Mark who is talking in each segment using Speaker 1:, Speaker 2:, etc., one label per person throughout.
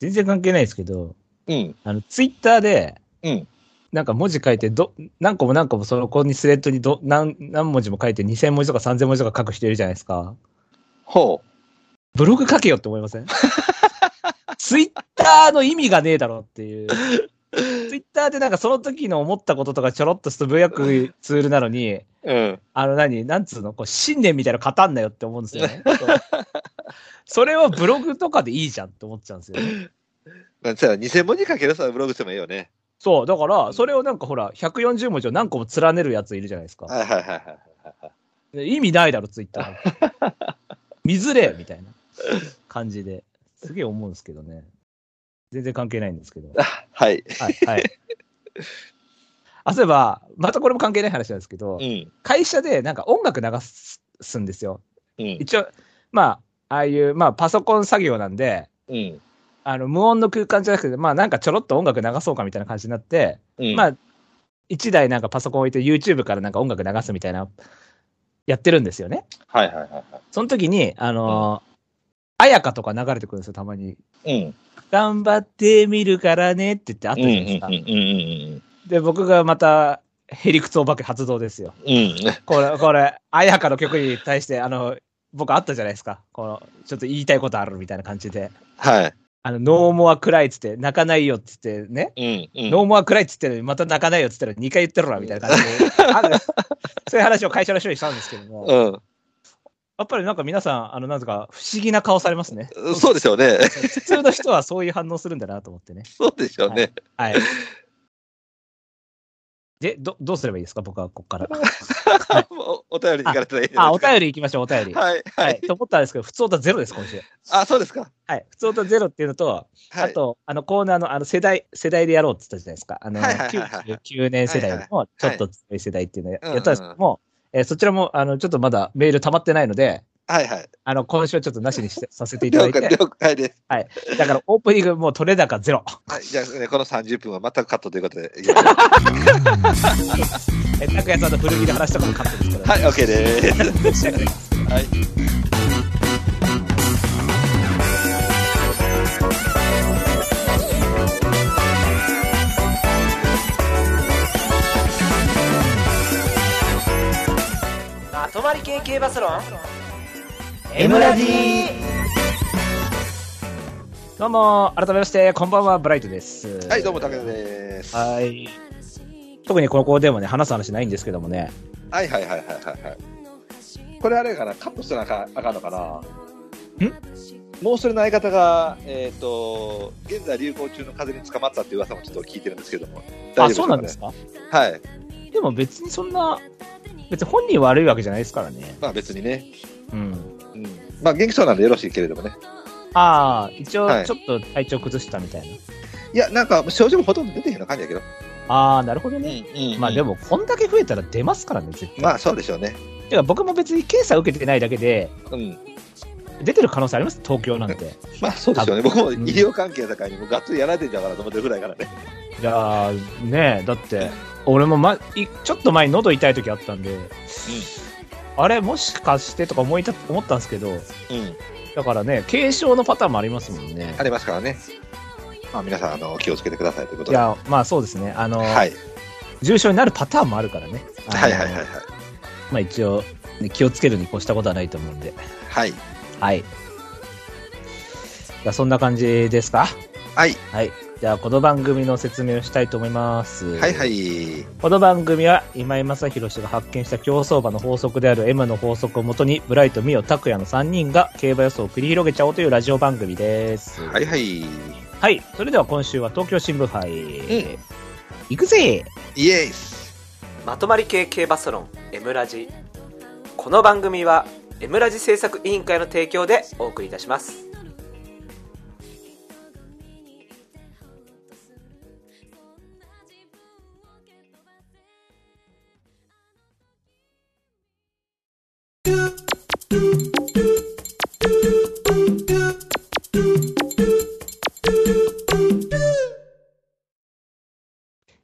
Speaker 1: 全然関係ないですけど、
Speaker 2: うん。
Speaker 1: あの、ツイッターで、
Speaker 2: うん。
Speaker 1: なんか文字書いて、ど、何個も何個もそこにスレッドにど、何、何文字も書いて、2000文字とか3000文字とか書く人いるじゃないですか。
Speaker 2: ほ
Speaker 1: ブログ書けよって思いま せんツイッターの意味がねえだろっていう。ツイッターでなんかその時の思ったこととかちょろっとつぶやくツールなのに、
Speaker 2: う。うん。
Speaker 1: あの何、なんつうの、こう信念みたいなの語んなよって思うんですよ ね。そうそれはブログとかでいいじゃんって思っちゃうんですよね。
Speaker 2: なんつうの2000文字かけるさ、ブログしてもいいよね。
Speaker 1: そう、だから、それをなんかほら、140文字を何個も連ねるやついるじゃないですか。
Speaker 2: はいはいはいはいはい。
Speaker 1: で意味ないだろ、ツイッター。 見づれみたいな感じで。すげえ思うんですけどね。全然関係ないんですけど。
Speaker 2: はい。
Speaker 1: はい、はい。あ、そういえば、またこれも関係ない話なんですけど、
Speaker 2: うん。
Speaker 1: 会社でなんか音楽流すすんですよ。
Speaker 2: うん。
Speaker 1: 一応、まあ、ああいう、まあ、パソコン作業なんで、
Speaker 2: うん。
Speaker 1: あの、無音の空間じゃなくて、まあ、なんかちょろっと音楽流そうかみたいな感じになって、
Speaker 2: うん。
Speaker 1: まあ、一台なんかパソコン置いて YouTube からなんか音楽流すみたいな、やってるんですよね。
Speaker 2: はいはいは
Speaker 1: その時に、あのー、あやかとか流れてくるんですよ、たまに。
Speaker 2: いはい。うん。
Speaker 1: 頑張ってみるからねって言ってあっ
Speaker 2: う
Speaker 1: た
Speaker 2: ん
Speaker 1: じ
Speaker 2: う
Speaker 1: ゃな
Speaker 2: ん
Speaker 1: いですか。
Speaker 2: うんうん
Speaker 1: で、僕がまた、へりくつお化け発動ですよ。
Speaker 2: うんうん。
Speaker 1: これ、これ、あやかの曲に対して、あの、僕あったじゃないですか。この、ちょっと言いたいことあるみたいな感じで。
Speaker 2: はい。
Speaker 1: あの、ノーモア暗いっつって、泣かないよっつってね。
Speaker 2: うんうん。
Speaker 1: ノーモア暗いっつってるのに、また泣かないよっつってるのに2回言ってるわ、みたいな感じで。あのそういう話を会社の人にしたんですけども。
Speaker 2: う
Speaker 1: やっぱりなんか皆さん、あの、なんとか不思議な顔されますね。
Speaker 2: ん。そうでしょうね。
Speaker 1: 普通の人はそういう反応するんだなと思ってね。
Speaker 2: そうでしょうね。
Speaker 1: はい。で、ど、どうすればいいですか僕はここから。
Speaker 2: もうお便りに行かれたらいいじゃな
Speaker 1: あ、
Speaker 2: い
Speaker 1: お
Speaker 2: ですか。
Speaker 1: 便り行きましょう、お便り。
Speaker 2: はい
Speaker 1: は。
Speaker 2: はいい。
Speaker 1: と思ったんですけど、普通歌ゼロです、今週。
Speaker 2: あ、そうですか。
Speaker 1: はい。普通歌ゼロっていうのと、
Speaker 2: は
Speaker 1: あ
Speaker 2: い。
Speaker 1: と、あの、コーナーの、あの、世代、世代でやろうって言ったじゃないですか。あの、
Speaker 2: はいはいはいはい
Speaker 1: 99年世代よりも、ちょっと強い世代っていうのをや
Speaker 2: はい
Speaker 1: やったんですけども、えーそちらも、あの、ちょっとまだメール溜まってないので、
Speaker 2: はいはい。
Speaker 1: あの、今週はちょっとなしにしてさせていただ
Speaker 2: 了
Speaker 1: い
Speaker 2: 解、
Speaker 1: て、
Speaker 2: 了解です。
Speaker 1: だからオープニングもう取れ高ゼロ。
Speaker 2: はい。じゃあね、この30分は全くカットということで。いきましょう
Speaker 1: えー、拓也さんの古着の話とかもカットですから、
Speaker 2: はい、OK です。
Speaker 1: い。仕上げて
Speaker 2: はい。
Speaker 3: まとまり系系バスロン
Speaker 1: どうも、改めまして、こんばんは、ブライトです。
Speaker 2: はい、どうも、武田です。は
Speaker 1: はい。特にここでもね、話す話ないんですけどもね。
Speaker 2: いはいはいはいはいはい。これあれかな、カットしてなあかあかんのかな。
Speaker 1: ん
Speaker 2: もうそれの相方が、えっ、と、現在流行中の風に捕まったっていう噂もちょっと聞いてるんですけども。
Speaker 1: あ、
Speaker 2: 大丈
Speaker 1: そう
Speaker 2: 夫
Speaker 1: なんです
Speaker 2: かね
Speaker 1: か
Speaker 2: はい。
Speaker 1: でも別にそんな、別に本人悪いわけじゃないですからね。
Speaker 2: まあ別にね。
Speaker 1: うん。
Speaker 2: うん。まあ元気そうなんでよろしいけれどもね。
Speaker 1: ああ、一応
Speaker 2: はい
Speaker 1: ちょっと体調崩したみたいな。
Speaker 2: いや、なんか症状もほとんど出てへんの感じやけど。
Speaker 1: ああ、なるほどね。
Speaker 2: ん
Speaker 1: まあで
Speaker 2: も。
Speaker 1: も、こんだけ増えたら出ますからね、絶対。
Speaker 2: まあそうでしょうね。
Speaker 1: てか僕も別に検査受けてないだけで、
Speaker 2: うん。
Speaker 1: 出てる可能性あります、東京なんて。
Speaker 2: まあそうでしょうね。
Speaker 1: 多分
Speaker 2: 僕も医療関係だからにもうがっつりやられてんじゃうからと思ってるぐらいからね。
Speaker 1: いやー、ねえ、だって、俺も、ま、いちょっと前に喉痛い時あったんで、あれ、もしかしてとか思いた思ったんですけど、
Speaker 2: うん。
Speaker 1: だからね、軽症のパターンもありますもんね
Speaker 2: あ。りますからね。まあ皆さん、あの、気をつけてくださいということ
Speaker 1: い
Speaker 2: で。
Speaker 1: や、まあそうですね、あの、
Speaker 2: はい。
Speaker 1: 重症になるパターンもあるからね。あの
Speaker 2: はいはいはいはい。
Speaker 1: まあ一応、ね気をつけるに越したことはないと思うんで。
Speaker 2: はい。
Speaker 1: はい。じゃあそんな感じですか
Speaker 2: はい。
Speaker 1: はい。じゃあ、この番組の説明をしたいと思います。
Speaker 2: はいはい。
Speaker 1: この番組は、今井正弘氏が発見した競走馬の法則である M の法則をもとに、ブライト、ミオ、タクヤの3人が競馬予想を繰り広げちゃおうというラジオ番組です。。
Speaker 2: はいいはい。
Speaker 1: はい。それでは今週は東京新聞杯。行くぜ
Speaker 2: イエス。
Speaker 3: まとまり系系バスロン M ラジこの番組は M ラジ制作委員会の提供でお送りいたします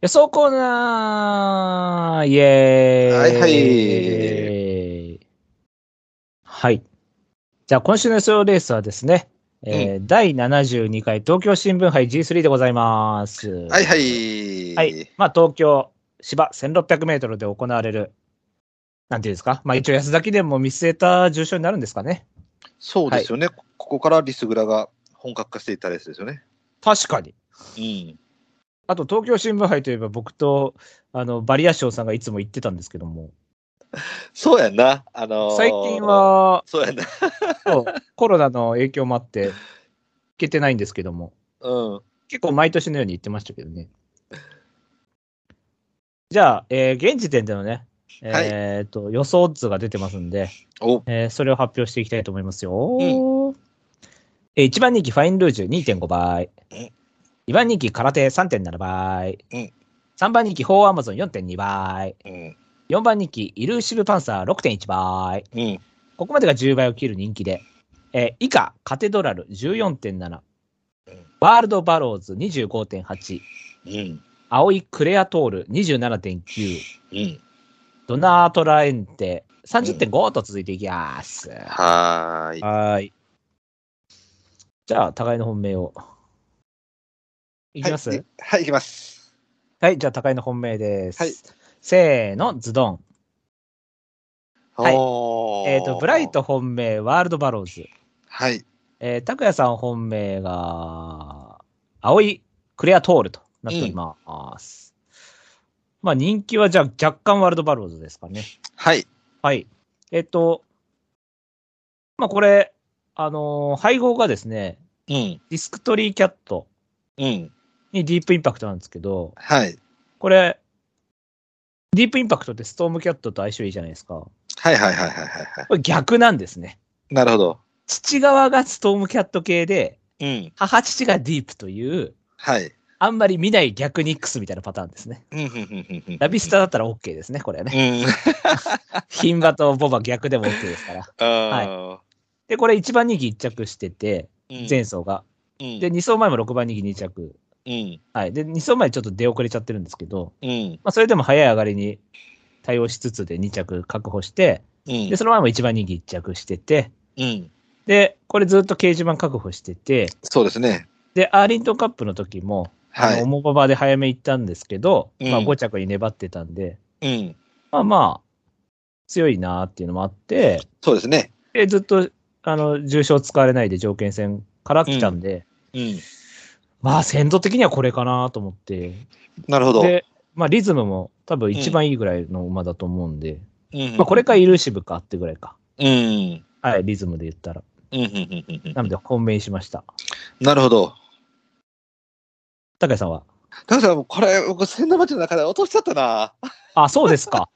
Speaker 1: 予想コーナーイエーイ。
Speaker 2: はいはい
Speaker 1: はい。じゃあ、今週の予想レースはですね、えー第72回東京新聞杯 G3 でございます。
Speaker 2: はいはい。
Speaker 1: はい。まあ、東京、芝1600メートルで行われる、なんていうんですか。まあ、一応安田記念も見据えた重賞になるんですかね。
Speaker 2: そうですよね、こここからリスグラが本格化していったレースですよね。
Speaker 1: 確かに。
Speaker 2: うん。
Speaker 1: あと、東京新聞杯といえば僕と、あの、バリア賞さんがいつも言ってたんですけども、
Speaker 2: そうやんな。あのー
Speaker 1: 最近。は、
Speaker 2: そうやんな。
Speaker 1: そうコロナの影響もあって、行けてないんですけども、
Speaker 2: うん。
Speaker 1: 結構毎年のように言ってましたけどね。じゃあ、えー現時点でのね、えっと、予想オッズが出てますんで、
Speaker 2: お、
Speaker 1: えーそれを発表していきたいと思いますよ。
Speaker 2: う
Speaker 1: え1番人気ファインルージュ2.5倍
Speaker 2: うん。
Speaker 1: 2番人気空手3.7倍。
Speaker 2: うん
Speaker 1: 3番人気ホーアマゾン4.2倍。
Speaker 2: うん。
Speaker 1: 4番人気イルーシブパンサー6.1倍。
Speaker 2: うん。
Speaker 1: ここまでが10倍を切る人気で。えー以下、カテドラル14.7
Speaker 2: うん。
Speaker 1: ワールドバローズ25.8。
Speaker 2: うん。
Speaker 1: 青いクレアトール27.9。
Speaker 2: うん。
Speaker 1: ドナートラエンテ30.5と続いていきます。
Speaker 2: はーい。
Speaker 1: はーい。じゃあ、互いの本命を。いきます、
Speaker 2: は
Speaker 1: はいい、、
Speaker 2: はい、いきます。
Speaker 1: じゃあ、互いの本命です。
Speaker 2: はい
Speaker 1: せーの、ズドン。はい
Speaker 2: おー
Speaker 1: えっ、と、ブライ。ト本命、ワールドバローズ。
Speaker 2: はい。
Speaker 1: えー、拓也さん本命が、青いクレアトールとなっております。まあ、人気はじゃあ、若干ワールドバローズですかね。
Speaker 2: はい。
Speaker 1: はい。えっ、と、まあ、これ、あのー配合がですね、
Speaker 2: うん。
Speaker 1: ディスクトリーキャット、
Speaker 2: うん。
Speaker 1: にディープインパクトなんですけど、
Speaker 2: はい。
Speaker 1: これ、ディープインパクトってストームキャットと相性いいじゃないですか。こ
Speaker 2: はいはいはいはいはいは
Speaker 1: れ逆なんですね。
Speaker 2: い。なるほど。
Speaker 1: 父側がストームキャット系で、
Speaker 2: うん。
Speaker 1: 母父がディープという、
Speaker 2: はい。
Speaker 1: あんまり見ない逆ニックスみたいなパターンですね。
Speaker 2: うん、うん、うん、うん。
Speaker 1: ラビスタだったら OK ですね、これは
Speaker 2: う
Speaker 1: ね。
Speaker 2: ん。
Speaker 1: 牝馬とボバ逆でも OK ですから。
Speaker 2: は
Speaker 1: で、これ1番人気1着してて、
Speaker 2: い
Speaker 1: 前走が。
Speaker 2: うん。
Speaker 1: で、2走前も6番人気2着。
Speaker 2: うん。
Speaker 1: はい。で、2走前ちょっと出遅れちゃってるんですけど、
Speaker 2: うん。
Speaker 1: まあ、それでも早い上がりに対応しつつで2着確保して、
Speaker 2: うん
Speaker 1: で、。その前も一番人気一着してて、
Speaker 2: うん。
Speaker 1: で、これずっと掲示板確保してて、
Speaker 2: そうですね。
Speaker 1: で、アーリントンカップの時も、あ
Speaker 2: は
Speaker 1: の、
Speaker 2: い。
Speaker 1: 重馬場で早め行ったんですけど、
Speaker 2: うん
Speaker 1: まあ5着に粘ってたんで、
Speaker 2: うん。
Speaker 1: まあまあ、強いなーっていうのもあって、
Speaker 2: そうですね。
Speaker 1: で、ずっと、あの、重賞使われないで条件戦から来たんで、
Speaker 2: うん。
Speaker 1: まあ、鮮度的にはこれかなと思って、
Speaker 2: なるほど。
Speaker 1: で、まあ、リズムも多分一番いいぐらいの馬だと思うんで、
Speaker 2: うん
Speaker 1: まあ、これかイルーシブかってぐらいか。
Speaker 2: うん。
Speaker 1: はい、リズムで言ったら。
Speaker 2: うん。うん。うんう
Speaker 1: なの
Speaker 2: ん
Speaker 1: で、本命にしました。
Speaker 2: なるほど。
Speaker 1: 高井さんは
Speaker 2: だからもうこれ、僕、千の町の中で落としちゃったな。
Speaker 1: あ、そうですか。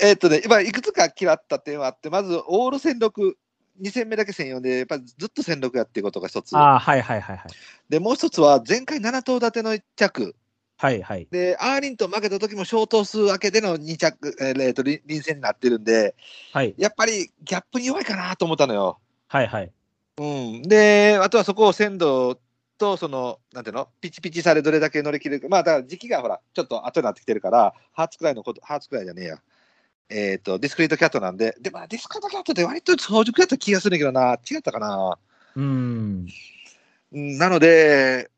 Speaker 2: えーっとね、今、いくつか嫌った点はあって、まず、オール戦力、2戦目だけ戦4で、やっぱりずっと戦力やっていうことが一つ。
Speaker 1: あはいはいはいはい。
Speaker 2: で、もう一つは、前回7頭立ての1着。
Speaker 1: はいはい。
Speaker 2: で、アーリントン負けた時も小頭数明けでの2着、えー、えーっと、臨臨戦になってるんで、
Speaker 1: はい
Speaker 2: やっぱりギャップに弱いかなと思ったのよ。
Speaker 1: はいはい。
Speaker 2: うん、で、あとはそこを鮮度と、その、なんていうの、ピチピチされどれだけ乗り切れるか、まあ、だから時期がほら、ちょっと後になってきてるから、ハーツくらいのこと、ハーツくらいじゃねえや。えっ、と、ディスクリートキャットなんで、で、まあ、ディスクリートキャットって割と早熟やった気がするんだけどな、違ったかな。
Speaker 1: うーん。
Speaker 2: うんなので、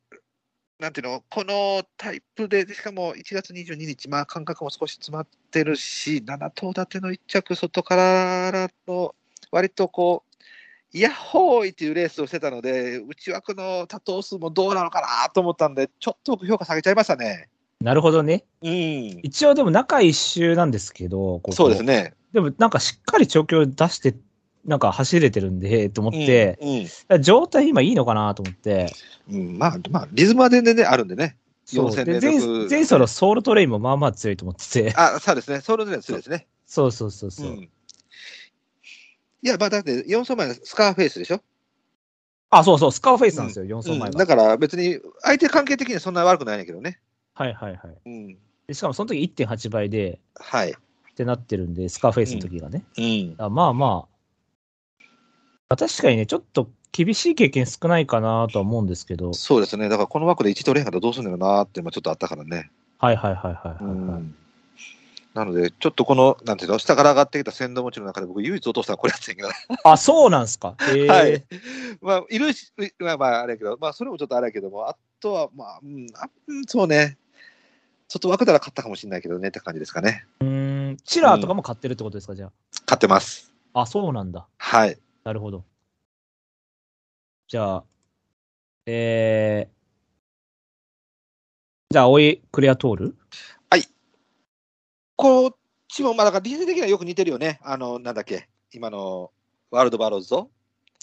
Speaker 2: なんていうの、このタイプで、しかも1月22日、まあ、間隔も少し詰まってるし、7頭立ての1着、外からの、割とこう、イヤホーイというレースをしてたので、内枠の多頭数もどうなのかなと思ったんで、ちょっと僕、評価下げちゃいましたね。
Speaker 1: なるほどね。
Speaker 2: うん、
Speaker 1: 一応でも中一周なんですけど、ここ
Speaker 2: そうです。ね。
Speaker 1: でもなんかしっかり調教出して、なんか走れてるんで、と思って、
Speaker 2: うん
Speaker 1: 状態今いいのかなと思って。
Speaker 2: うんうんまあ、まあ、リズムは全然、ね、あるんでね。
Speaker 1: そう。
Speaker 2: 4000
Speaker 1: で、
Speaker 2: 連
Speaker 1: 前
Speaker 2: 続
Speaker 1: 前走のソウルトレインもまあまあ強いと思ってて。
Speaker 2: あ、そうですね。ソウルズレースですね。
Speaker 1: そうそうそうそうう。
Speaker 2: ん。いや、まあ、だって、4走前のスカーフェイスでしょ
Speaker 1: あ、そうそう、スカーフェイスなんですよ、4走前
Speaker 2: うん
Speaker 1: が。
Speaker 2: だから別に相手関係的にはそんな悪くないんやけどね。
Speaker 1: はいはいはい
Speaker 2: うん。
Speaker 1: で。しかもその時1.8倍で、
Speaker 2: はい。
Speaker 1: ってなってるんで、スカーフェイスの時がね。
Speaker 2: うん。
Speaker 1: あまあまあ、確かにね、ちょっと厳しい経験少ないかなとは思うんですけど、
Speaker 2: そうですね。だからこの枠で1取れへんかったらどうすんのよなーって、まあちょっとあったからね。
Speaker 1: はいはいはいはい、はいはい
Speaker 2: なので、ちょっとこの、なんていうの、下から上がってきた鮮度持ちの中で、僕、唯一落としたのはこれやったんやけど、
Speaker 1: あ、そうなんすか。えー、
Speaker 2: はい。まあ、いるし、まあまあ、あれやけど、まあ、それもちょっとあれやけども、あとは、まあ、うん、あうんそうね、ちょっと枠なら買ったかもしれないけどねって感じですかね。
Speaker 1: うーん。チラーとかも買ってるってことですか、じゃ
Speaker 2: 買ってます。
Speaker 1: あ。あ、そうなんだ。
Speaker 2: はい。
Speaker 1: なるほど。じゃあ、えー、じゃあ、青いクレアトール
Speaker 2: こっちも、まあ、だから、理念的にはよく似てるよね。あの、なんだっけ、今の、ワールドバローズと、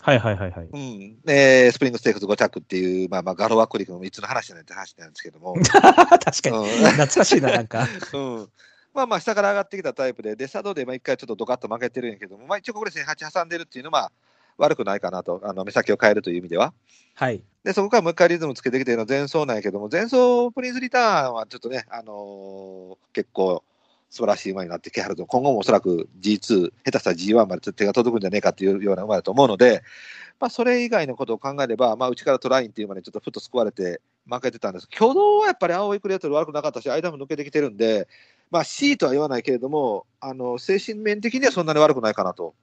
Speaker 1: はいはいはい はい。
Speaker 2: うん、えースプリングステークス5着っていう、まあまあ、ガロワクリ君のいつの話じゃないって話なんですけども。
Speaker 1: 確かに。
Speaker 2: うん
Speaker 1: 懐かしいな、なんか。
Speaker 2: うん まあまあ、下から上がってきたタイプで、で、佐渡でまあ一回ちょっとドカッと負けてるんやけども、まあ一応ここで1008挟んでるっていうのは、まあ悪くないかなと、あの、目先を変えるという意味では。
Speaker 1: はい。
Speaker 2: で、そこからもう一回リズムつけてきてるのは前走なんやけども、前走プリンスリターンはちょっとね、あのー結構素晴らしい馬になってきはると、今後もおそらく G2、下手したら G1 までちょっと手が届くんじゃねえかっていうような馬だと思うので、まあそれ以外のことを考えれば、まあうちからトラインっていう馬にちょっとふっと救われて負けてたんです。挙動はやっぱり青いクレートル悪くなかったし、間も抜けてきてるんで、まあ C とは言わないけれども、あの、精神面的にはそんなに悪くないかなと。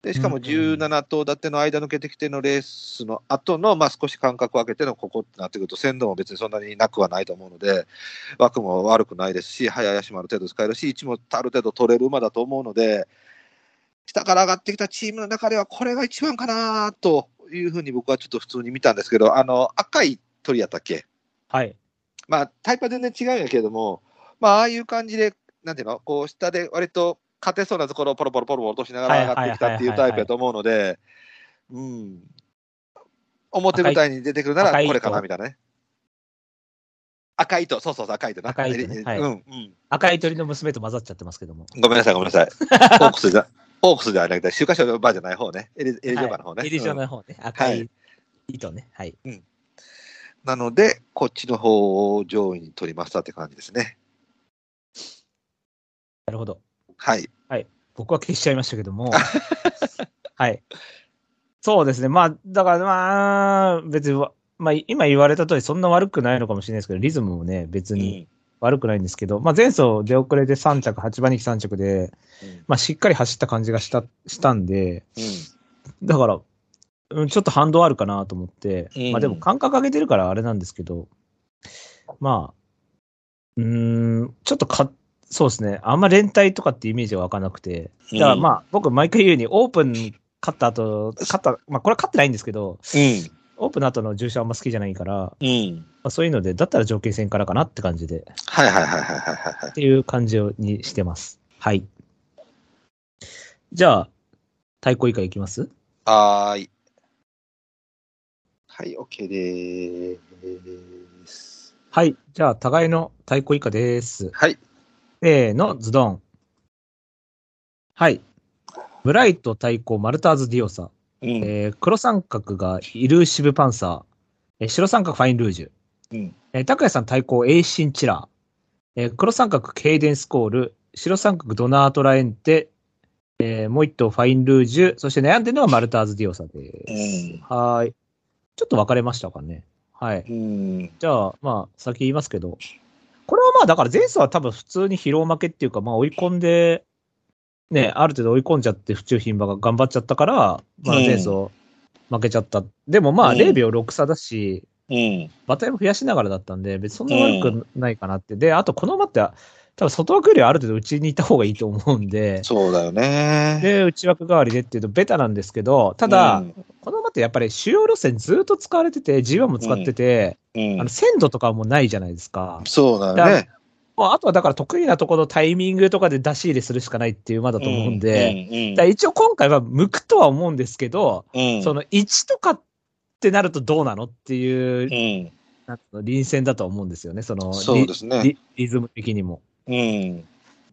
Speaker 2: で、しかも
Speaker 1: うんうん
Speaker 2: 17頭立ての間抜けてきてのレースの後の、まあ少し間隔を空けてのここってなってくると、鮮度も別にそんなになくはないと思うので、枠も悪くないですし、早い足もある程度使えるし、位置もある程度取れる馬だと思うので、下から上がってきたチームの中では、これが一番かなというふうに僕はちょっと普通に見たんですけど、あの、赤い鳥やったっけ
Speaker 1: はい。
Speaker 2: まあ、タイプは全然違うんやけれども、まあ、ああいう感じで、なんていうの、こう、下で割と勝てそうなところをポロポロポロポロ落としながら上がってきたっていうタイプやと思うので、うん。表舞台に出てくるな
Speaker 1: 赤
Speaker 2: ら
Speaker 1: い
Speaker 2: これかな、みたいなね。赤い糸、そうそうそう、赤い糸な。
Speaker 1: 赤い糸ねはい
Speaker 2: うん、うん。
Speaker 1: 赤い鳥の娘と混ざっちゃってますけども。
Speaker 2: ごめんなさい、ごめんな さい。オークスじゃ、オークスじゃなくて、週刊誌のバーじゃない方ね。エリエリジョバの方ね。
Speaker 1: はいエリジョバの方ね。赤
Speaker 2: はい
Speaker 1: 糸ね。はい。
Speaker 2: なので、こっちの方を上位に取りましたって感じですね。
Speaker 1: なるほど。
Speaker 2: はい。
Speaker 1: 僕は消しちゃいましたけど も。はい。そうですね。まあ、だからまあ、別にわ、まあ、今言われた通り、そんな悪くないのかもしれないですけど、リズムもね、別に悪くないんですけど、まあ、前走出遅れで3着、8番人気3着で、
Speaker 2: うん。うん
Speaker 1: まあ、しっかり走った感じがした、したんで、
Speaker 2: うん
Speaker 1: だから、うんちょっと反動あるかなと思って、
Speaker 2: うん
Speaker 1: まあでも間隔上げてるからあれなんですけど、まあ、うーん、ちょっとか、そうですね、あんま連帯とかってイメージは湧かなくて、だからまあ、僕毎回言うように、オープン勝った後、勝った、まあこれは勝ってないんですけど、
Speaker 2: うん。
Speaker 1: オープンの後の重賞あんま好きじゃないから、ま
Speaker 2: うん。
Speaker 1: あ、そういうので、だったら条件戦からかなって感じで、
Speaker 2: はいはいはいはいはいはいはい
Speaker 1: っ。ていう感じをにしてます。はい。じゃあ、太鼓以下いきます
Speaker 2: はーい。はい、OK でーす。
Speaker 1: はい。じゃあ、互いの太鼓以下です。
Speaker 2: はい。
Speaker 1: せーの、ズドン。はい。ブライト対抗マルターズ・ディオサ。
Speaker 2: うん。
Speaker 1: えー黒三角がイルーシブ・パンサー。えー白三角ファイン・ルージュ。
Speaker 2: うん
Speaker 1: えー拓也さん対抗エイシン・チラー。えー黒三角ケイデンス・コール。白三角ドナート・ラエンテ。えーもう一頭ファイン・ルージュ。そして悩んでるのはマルターズ・ディオサです。
Speaker 2: うん
Speaker 1: はーい。ちょっと分かれましたかね。はい。
Speaker 2: うん。
Speaker 1: じゃあ、まあ、先言いますけど、これはまあ、だから前走は多分普通に疲労負けっていうか、まあ、追い込んで、ね、ある程度追い込んじゃって、府中牝馬が頑張っちゃったから、まあ、
Speaker 2: うん
Speaker 1: 前走負けちゃった。でもまあ、
Speaker 2: うん
Speaker 1: 0秒6差だし、
Speaker 2: うん。
Speaker 1: 馬体も増やしながらだったんで、別にそんな悪くないかなって。で、あと、この馬って、多分外枠よりはある程度内にいた方がいいと思うんで、
Speaker 2: そうだよね。
Speaker 1: で、内枠代わりでっていうと、ベタなんですけど、ただ、
Speaker 2: うん、
Speaker 1: この馬ってやっぱり主要路線ずっと使われてて、G1 も使ってて、
Speaker 2: うん
Speaker 1: あの、鮮度とかもないじゃないですか。
Speaker 2: そうだよね。
Speaker 1: まあ、あとはだから得意なところのタイミングとかで出し入れするしかないっていう馬だと思うんで、だから
Speaker 2: で、
Speaker 1: 一応今回は向くとは思うんですけど、
Speaker 2: うん。
Speaker 1: その1とかってなるとどうなのっていう、
Speaker 2: うん。
Speaker 1: なんかの臨戦だとは思うんですよね、その
Speaker 2: そうですね。
Speaker 1: リリズム的にも。
Speaker 2: うん。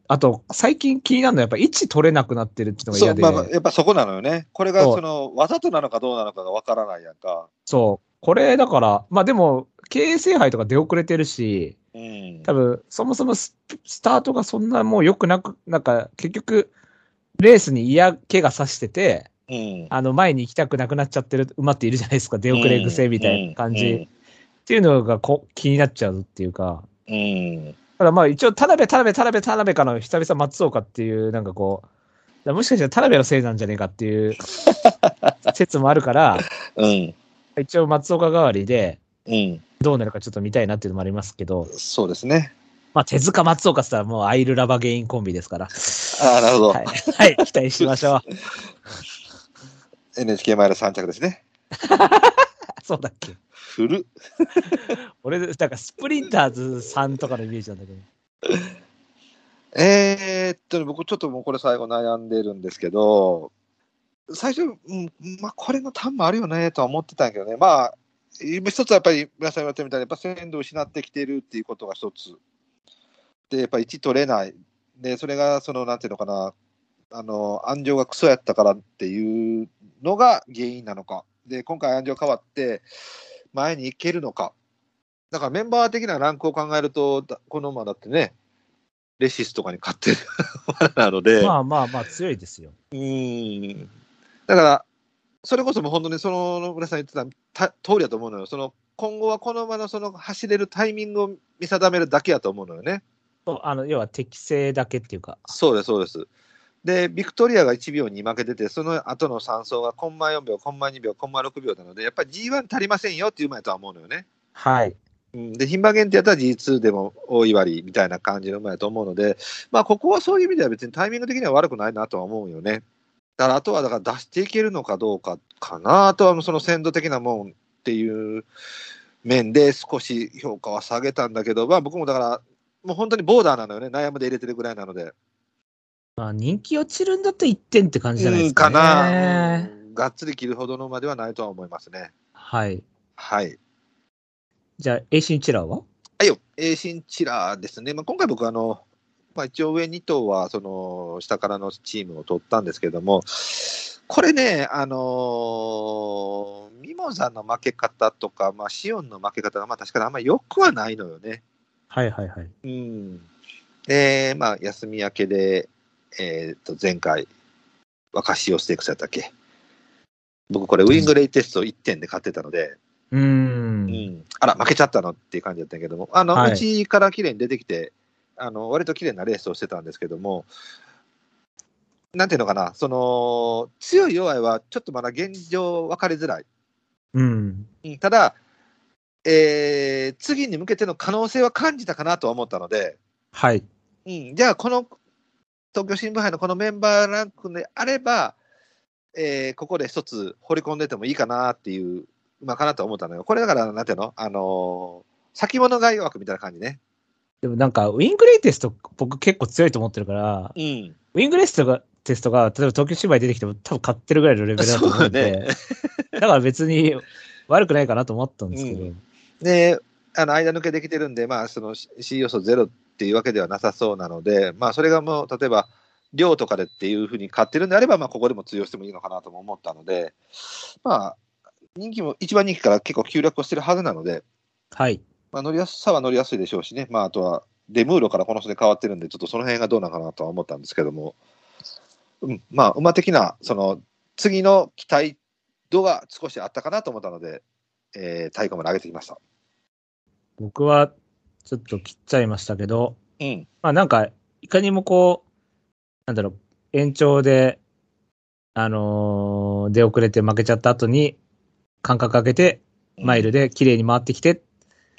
Speaker 1: あと、最近気になるのはやっぱ位置取れなくなってるっていうのが
Speaker 2: そ
Speaker 1: 嫌
Speaker 2: う、
Speaker 1: で、
Speaker 2: まあまあ、やっぱそこなのよね。これが、
Speaker 1: そう
Speaker 2: その、わざとなのかどうなのかがわからないやんか。
Speaker 1: そう。これだから、まあでも、経営制杯とか出遅れてるし、
Speaker 2: うん。
Speaker 1: 多分、そもそもススタートがそんなもう良くなく、なんか結局、レースに嫌気がさしてて、
Speaker 2: うん。
Speaker 1: あの、前に行きたくなくなっちゃってる馬っているじゃないですか。出遅れ癖みたいな感じ。っ。ていうのがこ気になっちゃうっていうか、
Speaker 2: うん。うん
Speaker 1: だからまあ一応、田辺、田辺、田辺、田辺かの久々松岡っていう、なんかこう、だからもしかしたら田辺のせいなんじゃねえかっていう説もあるから、
Speaker 2: うん。
Speaker 1: 一応松岡代わりで、
Speaker 2: うん。
Speaker 1: どうなるかちょっと見たいなっていうのもありますけど、
Speaker 2: そうですね。
Speaker 1: まあ手塚松岡って言ったらもうアイルラバゲインコンビですから。
Speaker 2: ああ、なるほど。
Speaker 1: はい、はい、期待しましょう。
Speaker 2: NHK マイル3着ですね。
Speaker 1: そうだっけ
Speaker 2: 古っ。
Speaker 1: 俺、なんかスプリンターズさんとかのイメージなんだけど。
Speaker 2: えーっとね、僕ちょっともうこれ最後悩んでるんですけど、最初、うん、まあこれのターンもあるよねとは思ってたんやけどね、まあ、一つはやっぱり皆さん言われてみたいに、やっぱ鮮度を失ってきてるっていうことが一つ。で、やっぱ1取れない。で、それが、その、なんていうのかな、あの、安城がクソやったからっていうのが原因なのか。で、今回安城変わって、前に行けるのか。だからメンバー的なランクを考えると、だこの馬だってね、レシスとかに勝ってる馬なので。
Speaker 1: まあまあまあ強いですよ。
Speaker 2: うーんだから、それこそもう本当にその村さん言ってたた通りだと思うのよ。その今後はこの場のその走れるタイミングを見定めるだけやと思うのよね。
Speaker 1: そうあの要は適正だけっていうか。
Speaker 2: そうです、そうです。で、ビクトリアが1秒に負けてて、その後の3走がコンマ4秒、コンマ2秒、コンマ6秒なので、やっぱり G1 足りませんよっていう前とは思うのよね。
Speaker 1: はい。
Speaker 2: うんで、牝馬限定やったら G2 でも大いわりみたいな感じの馬やと思うので、まあ、ここはそういう意味では別にタイミング的には悪くないなとは思うよね。だから、あとはだから出していけるのかどうかかな、あとはその鮮度的なもんっていう面で少し評価は下げたんだけど、まあ、僕もだから、もう本当にボーダーなのよね、悩むで入れてるぐらいなので。
Speaker 1: まあ人気落ちるんだと1点って感じじゃないで
Speaker 2: うん
Speaker 1: すか、
Speaker 2: か
Speaker 1: ね。
Speaker 2: な、うんがっつり切るほどの馬ではないとは思いますね。
Speaker 1: はい。
Speaker 2: はい。
Speaker 1: じゃあ、エイシンチラーは
Speaker 2: はいよ、えー、シンチラーですね、まあ、今回僕あの、まあ、一応上2頭はその下からのチームを取ったんですけども、これね、あのーミモザの負け方とか、まあ、シオンの負け方が、まあ、確かにあんまり良くはないのよね。
Speaker 1: はいはいはい。
Speaker 2: うん、で、まあ、休み明けで、えー、と前回、若潮ステークスやったっけ。僕、これ、ウィングレイテスト1点で勝ってたので、
Speaker 1: うーん。
Speaker 2: うん、あら、負けちゃったのっていう感じだったんやけども、あの、
Speaker 1: はいう
Speaker 2: ちから綺麗に出てきて、あの、割と綺麗なレースをしてたんですけども、なんていうのかな、その、強い弱いはちょっとまだ現状分かりづらい。
Speaker 1: うん。
Speaker 2: うんただ、えー次に向けての可能性は感じたかなとは思ったので、
Speaker 1: はい。
Speaker 2: うん、じゃあ、この東京新聞杯のこのメンバーランクであれば、えーここで一つ掘り込んでてもいいかなっていう、まあ、かなと思ったのよ。これだから、なんていうの、あのー先物外枠みたいな感じね。
Speaker 1: でもなんか、ウィングレイテスト、僕結構強いと思ってるから、
Speaker 2: うん、
Speaker 1: ウィングレイテストが、テストが、例えば東京芝居出てきても多分買ってるぐらいのレベルだと思うんで、
Speaker 2: そうね
Speaker 1: だから別に悪くないかなと思ったんですけど、
Speaker 2: うで、あの間抜けできてるんで、まあ、その C- C 予想ゼロっていうわけではなさそうなので、まあ、それがもう、例えば、量とかでっていうふうに買ってるんであれば、まあ、ここでも通用してもいいのかなとも思ったので、まあ、人気も、一番人気から結構急落をしてるはずなので、
Speaker 1: はい。
Speaker 2: まあ、乗りやすさは乗りやすいでしょうしね、まあ、あとはデムーロからこの人で変わってるんで、ちょっとその辺がどうなのかなとは思ったんですけども、うん、まあ、馬的な、その次の期待度が少しあったかなと思ったので、えー、太鼓まで上げてきました。
Speaker 1: 僕は、ちょっと切っちゃいましたけど、
Speaker 2: うん、
Speaker 1: まあなんか、いかにもこう、なんだろう、延長で、あのー出遅れて負けちゃった後に、間隔空けて、マイルで綺麗に回ってきて、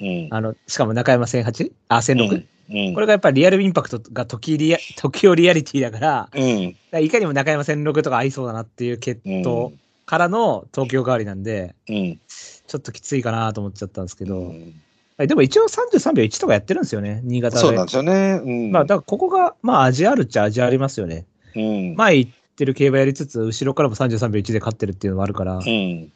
Speaker 2: うん、
Speaker 1: あの、しかも中山 1008? あ、1006?
Speaker 2: うん、
Speaker 1: これがやっぱりリアルインパクトが時リア、 時をリアリティだから、だか
Speaker 2: うん、
Speaker 1: らいかにも中山1006とか合いそうだなっていう決
Speaker 2: うん、
Speaker 1: 闘からの東京代わりなんで、
Speaker 2: うん、
Speaker 1: ちょっときついかなと思っちゃったんですけど、
Speaker 2: うん
Speaker 1: でも一応33秒1とかやってるんですよね、新潟で。
Speaker 2: そうなんですよね。うん、
Speaker 1: まあ、だからここが、まあ、味あるっちゃ味ありますよね。
Speaker 2: うん、
Speaker 1: 前行ってる競馬やりつつ、後ろからも33秒1で勝ってるっていうのもあるから、
Speaker 2: うん、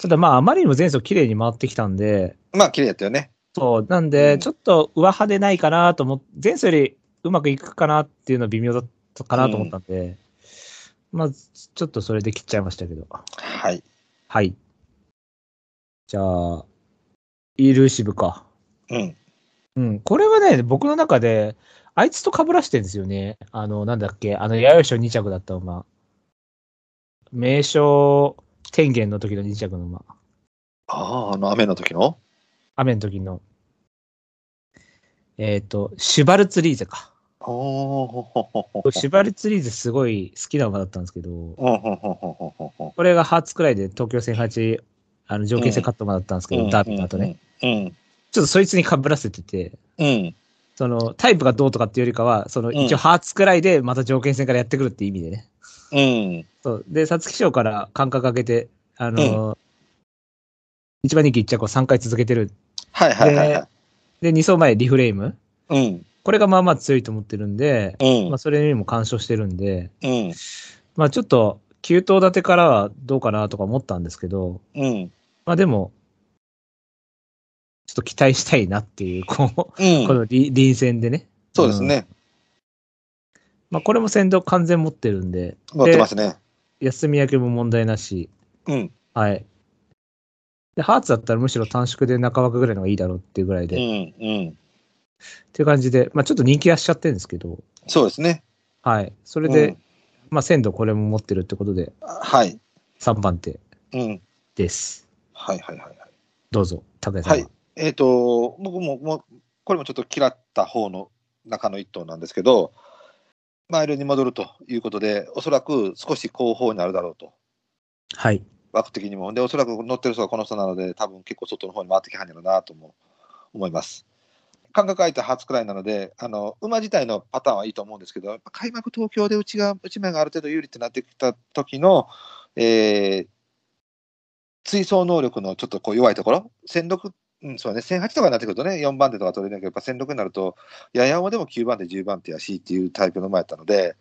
Speaker 1: ただまあ、あまりにも前走綺麗に回ってきたんで、
Speaker 2: まあ、綺麗だったよね。
Speaker 1: そう、なん
Speaker 2: う
Speaker 1: で、
Speaker 2: ん
Speaker 1: ちょっと上派でないかなと思って、前走よりうまくいくかなっていうのは微妙だったかなと思ったんで、まあ、ちょっとそれで切っちゃいましたけど。
Speaker 2: はい。
Speaker 1: はい。じゃあ、イルーシブか。
Speaker 2: うん、
Speaker 1: うん、これはね、僕の中で、あいつと被らしてるんですよね。あの、なんだっけ、あの、弥生賞2着だった馬。名称天元の時の2着の馬。
Speaker 2: ああ、あの雨の時の
Speaker 1: 雨の時の。えっ、と、シュバルツリーゼか。
Speaker 2: おーほほほほほ。
Speaker 1: シュバルツリーゼすごい好きな馬だったんですけど、
Speaker 2: おーほほほほほほ。
Speaker 1: これが初くらいで東京戦8、あの、条件戦カット馬だったんですけど、ダービーの後ね。。
Speaker 2: うん。
Speaker 1: ちょっとそいつにかぶらせてて、
Speaker 2: うん。
Speaker 1: その、タイプがどうとかっていうよりかは、その、
Speaker 2: ん
Speaker 1: 一応初くらいでまた条件戦からやってくるって意味でね。
Speaker 2: うん。
Speaker 1: そう。で、皐月賞から間隔かけて、あのー一番人気一着を3回続けてる。
Speaker 2: はいはいはいはい。
Speaker 1: で、2走前リフレーム。
Speaker 2: うん。
Speaker 1: これがまあまあ強いと思ってるんで、
Speaker 2: うん
Speaker 1: まあ。それにも干渉してるんで、
Speaker 2: うん。
Speaker 1: まあちょっと、9頭立てからはどうかなとか思ったんですけど、
Speaker 2: うん。
Speaker 1: まあでも、ちょっと期待したいなっていう、こう、
Speaker 2: うん。
Speaker 1: このり臨戦でね。
Speaker 2: そうですね。
Speaker 1: まあこれも先導完全持ってるんで、
Speaker 2: 持ってますね。
Speaker 1: 休み明けも問題なし、
Speaker 2: うん。
Speaker 1: はい。で、ハーツだったらむしろ短縮で中枠ぐらいのがいいだろうっていうぐらいうで、っ
Speaker 2: ん。うん。
Speaker 1: ていう感じで、まあちょっと人気はしちゃってるんですけど、
Speaker 2: そうですね。
Speaker 1: はい。そ
Speaker 2: そ
Speaker 1: れで、、まあ鮮度これも持ってるってことで、
Speaker 2: はい。
Speaker 1: 3番手
Speaker 2: うん。
Speaker 1: です。
Speaker 2: はいはいはい。
Speaker 1: どうぞ、拓也さ
Speaker 2: は
Speaker 1: ん。
Speaker 2: い。えっ、と、僕も、もうこれもちょっと嫌った方の中の一頭なんですけど、マイルに戻るということで、おそらく少し後方になるだろうと、
Speaker 1: はい。
Speaker 2: 枠的にも。で、おそらく乗ってる人がこの人なので、多分結構外の方に回ってきはんやろうなとも思います。間隔空いて初くらいなので、あの馬自体のパターンはいいと思うんですけど、やっぱ開幕東京で内が内面がある程度有利ってなってきた時の、えー追走能力のちょっとこう弱いところ、1006、うん、そうだね、1008とかになってくるとね、4番手とか取れるけど、やっぱ1006になると、ややもでも9番手、10番手やしっていうタイプの馬やったので、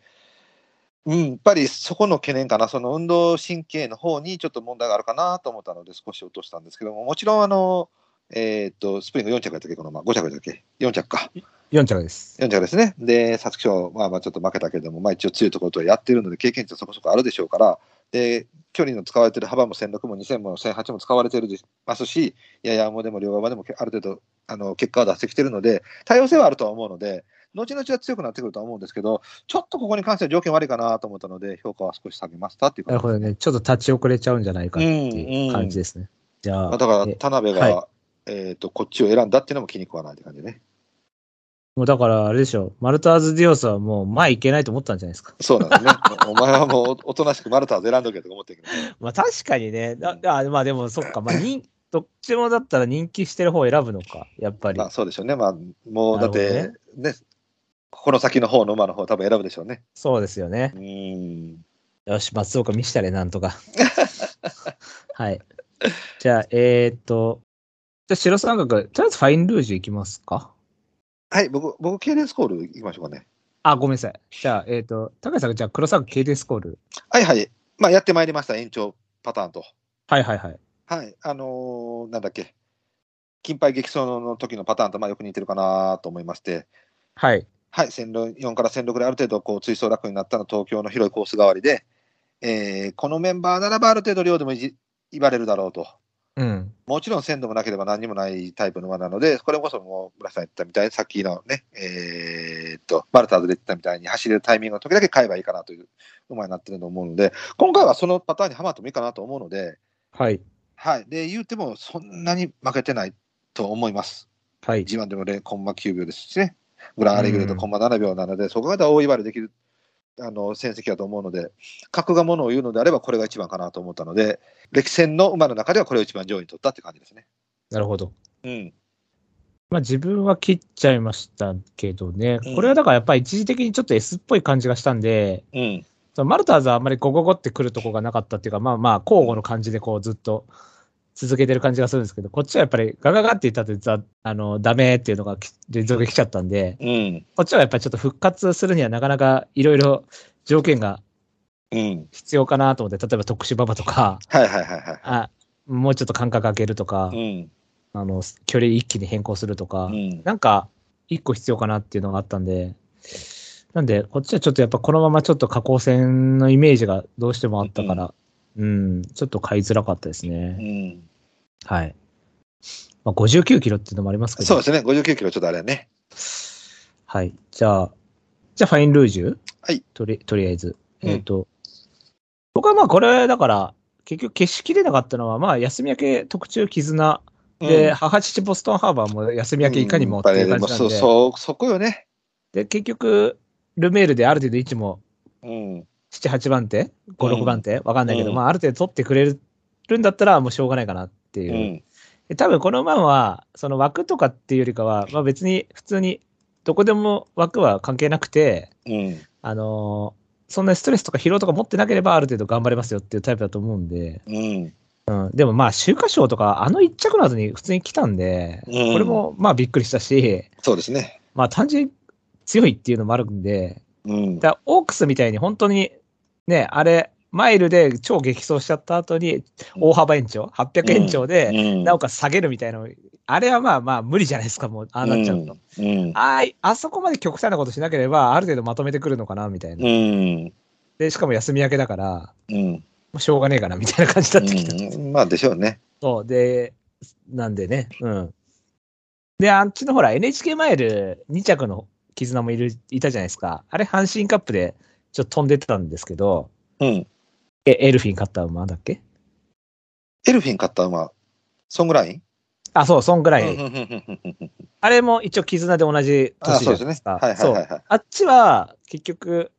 Speaker 2: うん、やっぱりそこの懸念かな、その運動神経の方にちょっと問題があるかなと思ったので、少し落としたんですけども、もちろん、あの、えーっと、スプリング4着やったっけ、この馬、5着やったっけ、4着か。
Speaker 1: 4着です。
Speaker 2: 4着ですね。で、皐月賞、まあまあちょっと負けたけれども、まあ一応強いところとはやってるので、経験値はそこそこあるでしょうから、で、距離の使われてる幅も1006も2000も1008も使われてるでますし、いやいや、もうでも両側でもある程度、あの、結果を出してきてるので、多様性はあるとは思うので、後々は強くなってくるとは思うんですけど、ちょっとここに関しては条件悪いかなと思ったので、評価は少し下げましたっていう
Speaker 1: なる
Speaker 2: 感じ
Speaker 1: ほど
Speaker 2: ですね。
Speaker 1: ね。ちょっと立ち遅れちゃうんじゃないかっていう感じですね。じゃ
Speaker 2: ま
Speaker 1: あ、
Speaker 2: あだから、
Speaker 1: え
Speaker 2: 田辺が、
Speaker 1: は
Speaker 2: えっ、と、こっちを選んだっていうのも気に食わないって感じね。
Speaker 1: もうだからあれでしょ、マルターズ・ディオスはもう前行けないと思ったんじゃないですか。
Speaker 2: そうなん ですね。お前はもうおとなしくマルターズ選んどけとか思ってるけど。
Speaker 1: まあ確かにね、だあまあでもそっか、まあ人、 どっちもだったら人気してる方を選ぶのか、やっぱり
Speaker 2: まあ。そうでしょうね、まあ、もうだっ
Speaker 1: な
Speaker 2: て
Speaker 1: る、
Speaker 2: ね、ここの先の方の馬の方多分選ぶでしょうね。
Speaker 1: そうですよね
Speaker 2: う。ーん。
Speaker 1: よし、松岡見したれ、なんと か。はい。じゃあ、えー、っと、じゃあ白三角、とりあえずファインルージュ行きますか。
Speaker 2: はい、僕、僕、系列コール行きましょうかね。
Speaker 1: あ、ごめんなさい。じゃあ、えー、っと、高橋さん、じゃあ黒三角 KD スコール。
Speaker 2: はいはい、まあやってまいりました、延長パターンと。
Speaker 1: はいはいはい。
Speaker 2: はい、あのーなんだっけ、金牌激走の時のパターンとまあよく似てるかなと思いまして、
Speaker 1: はい。
Speaker 2: はい、1004から1006である程度こう追走楽になったのは東京の広いコース代わりで、えーこのメンバーならばある程度量でもいじいばれるだろうと。
Speaker 1: うん。
Speaker 2: もちろん鮮度もなければ何にもないタイプの馬なので、これこそもう村さん言ったみたいに、さっきのね、えーっと、バルターズで言ってたみたいに、走れるタイミングの時だけ買えばいいかなという馬になってると思うので、今回はそのパターンにはまってもいいかなと思うので、
Speaker 1: はい。
Speaker 2: はい。で、言うてもそんなに負けてないと思います。
Speaker 1: はい。
Speaker 2: G1 でも0コンマ9秒ですしね、グランアレグレートコンマ7秒なので、そこまでは大いばれできるあの戦績だと思うので、格がものを言うのであれば、これが一番かなと思ったので、歴戦の馬の中ではこれを一番上位に取ったって感じですね。
Speaker 1: なるほど。
Speaker 2: うん
Speaker 1: まあ自分は切っちゃいましたけどね
Speaker 2: うん、
Speaker 1: これはだからやっぱり一時的にちょっと S っぽい感じがしたんで、
Speaker 2: うん、
Speaker 1: そのマルターズはあんまりゴゴゴってくるとこがなかったっていうか、まあまあ交互の感じでこうずっと続けてる感じがするんですけど、こっちはやっぱりガガガって言ったってざあの、ダメっていうのがき連続できちゃったんで、
Speaker 2: うん、
Speaker 1: こっちはやっぱりちょっと復活するにはなかなかいろいろ条件が
Speaker 2: うん。
Speaker 1: 必要かなと思って、例えば特殊馬場とか、
Speaker 2: はいはいはいは
Speaker 1: あもうちょっと間隔空けるとか、
Speaker 2: い。
Speaker 1: あの、距離一気に変更するとか
Speaker 2: うん、う、ん。
Speaker 1: なんか、一個必要かなっていうのがあったんで、なんで、こっちはちょっとやっぱこのままちょっと下降線のイメージがどうしてもあったから、うん、ちょっと買いづらかったです
Speaker 2: う
Speaker 1: ね。
Speaker 2: ん、
Speaker 1: はい。まあ、59キロっていうのもありますけど。
Speaker 2: そうですね、59キロちょっとあれやね。
Speaker 1: はい。じゃあ、じゃあファインルージュ
Speaker 2: はい。
Speaker 1: とり、とりあえず。
Speaker 2: うん
Speaker 1: えっ、と、僕はまあこれ、だから、結局消しきれなかったのは、まあ休み明け特注絆で、
Speaker 2: うん
Speaker 1: 母父ボストンハーバーも休み明けいかにもっていう感じなんで、
Speaker 2: うんやっぱりねもうそう、そう、そこよね。
Speaker 1: で結局、ルメールである程度位置も
Speaker 2: うん。
Speaker 1: 7、8番手、5、6番手、わかんないけど、
Speaker 2: うん
Speaker 1: まあ、ある程度取ってくれるんだったら、もうしょうがないかなって
Speaker 2: う
Speaker 1: いう。
Speaker 2: ん。
Speaker 1: で多分この馬は、その枠とかっていうよりかは、まあ、別に普通に、どこでも枠は関係なくて、
Speaker 2: うん。
Speaker 1: あのーそんなにストレスとか疲労とか持ってなければ、ある程度頑張れますよっていうタイプだと思うんで、
Speaker 2: うん。
Speaker 1: うん、でもまあ、秋華賞とか、あの一着の後に普通に来たんで、
Speaker 2: うん
Speaker 1: これもまあびっくりしたし、
Speaker 2: そうですね。
Speaker 1: まあ単純に強いっていうのもあるんで、
Speaker 2: うん。
Speaker 1: だからオークスみたいに本当に、ね、あれ、マイルで超激走しちゃった後に、大幅延長、800延長で、
Speaker 2: うん
Speaker 1: なおかつ下げるみたいなの、あれはまあまあ無理じゃないですか、もう、ああなっちゃうと。
Speaker 2: うん。
Speaker 1: あいあそこまで極端なことしなければ、ある程度まとめてくるのかな、みたいな。
Speaker 2: うん。
Speaker 1: で、しかも休み明けだから、も
Speaker 2: うん。
Speaker 1: うしょうがねえかな、みたいな感じになってきた。
Speaker 2: うんまあでしょうね。
Speaker 1: そう、で、なんでね、うん。で、あっちのほら、NHK マイル2着の絆もいるいたじゃないですか。あれ、阪神カップでちょっと飛んでたんですけど、
Speaker 2: うん。
Speaker 1: えエルフィン勝った馬だっけ
Speaker 2: エルフィン買った馬、ソングライン
Speaker 1: あ、そう、そんぐらい。
Speaker 2: うんうんうんうんうん
Speaker 1: あれも一応絆で同じ
Speaker 2: あ
Speaker 1: 年じ
Speaker 2: そ
Speaker 1: ゃ
Speaker 2: う
Speaker 1: な
Speaker 2: で
Speaker 1: いで
Speaker 2: すね
Speaker 1: す。か。
Speaker 2: はいはいはいはい。
Speaker 1: あっちは、結局、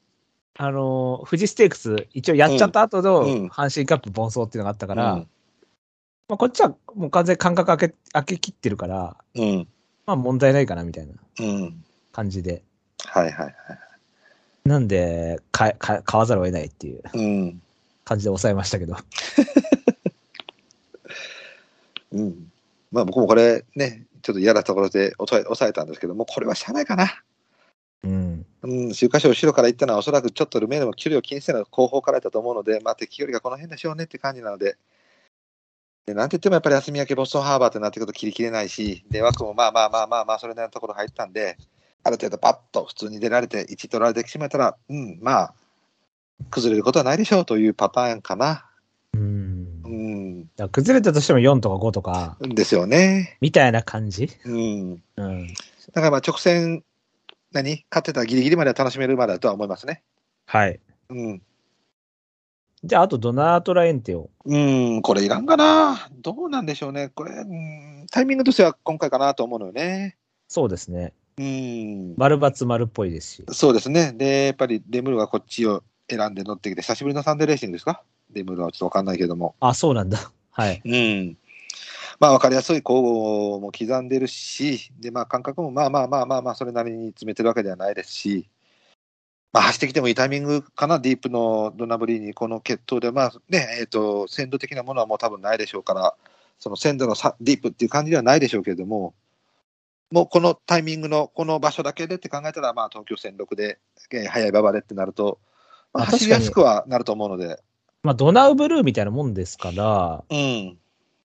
Speaker 1: あのー、富士ステークス、一応やっちゃった後の
Speaker 2: うんうん
Speaker 1: 阪神カップ奔走っていうのがあったから、
Speaker 2: うん
Speaker 1: まあ、こっちはもう完全に間隔開け開けきってるから、
Speaker 2: うん。
Speaker 1: まあ問題ないかなみたいな
Speaker 2: うん。
Speaker 1: 感じで。
Speaker 2: はいはいはい。
Speaker 1: なんで、か、か、買わざるを得ないっていう
Speaker 2: うん。
Speaker 1: 感じで抑えましたけど。
Speaker 2: うん。まあ僕もこれね、ちょっと嫌なところで抑え抑えたんですけども、これはしゃあないかな。
Speaker 1: うん。
Speaker 2: うん、週刊賞後ろから行ったのは、おそらくちょっとルメールも距離を気にせの後方からだと思うので、まあ、敵よりがこの辺でしょうねって感じなので、でなんて言ってもやっぱり休み明けボストンハーバーってなってくると切りきれないし、で枠もまあまあまあまあまあ、それなりのところ入ったんで、ある程度パッと普通に出られて、1取られてしまったら、うん、まあ、崩れることはないでしょうというパターンかな。
Speaker 1: うん。
Speaker 2: う
Speaker 1: だか
Speaker 2: ん、
Speaker 1: ら崩れたとしても4とか5とか、
Speaker 2: ですよね。
Speaker 1: みたいな感じ
Speaker 2: うん。
Speaker 1: うん。
Speaker 2: だからまあ直線、何勝ってたらギリギリまでは楽しめるまでだとは思いますね。
Speaker 1: はい。
Speaker 2: うん。
Speaker 1: じゃあ、あとドナートラエンテを。
Speaker 2: うーん、これいらんかな。どうなんでしょうね。これ、うーんタイミングとしては今回かなと思うのよね。
Speaker 1: そうですね。
Speaker 2: うーん。
Speaker 1: 丸×丸っぽいですし。
Speaker 2: そうですね。で、やっぱりデムールはこっちを選んで乗ってきて、久しぶりのサンデーレーシングですかデムールはちょっとわかんないけども。
Speaker 1: あ、そうなん だ。はい。
Speaker 2: うん。まあ、わかりやすい攻防も刻んでるし、で、まあ、感覚もまあまあまあまあまあ、それなりに詰めてるわけではないですし、まあ、走ってきてもいいタイミングかな、ディープのドナブリーに、この決闘で、まあ、ね、えっ、と、鮮度的なものはもう多分ないでしょうから、その鮮度のさディープっていう感じではないでしょうけれども、もうこのタイミングの、この場所だけでって考えたら、まあ、東京戦6で、えー早い馬場でってなると、まあ、
Speaker 1: あ確
Speaker 2: 走
Speaker 1: か
Speaker 2: り
Speaker 1: に
Speaker 2: やすくはなると思うので、
Speaker 1: まあ、ドナウブルーみたいなもんですから、
Speaker 2: うん、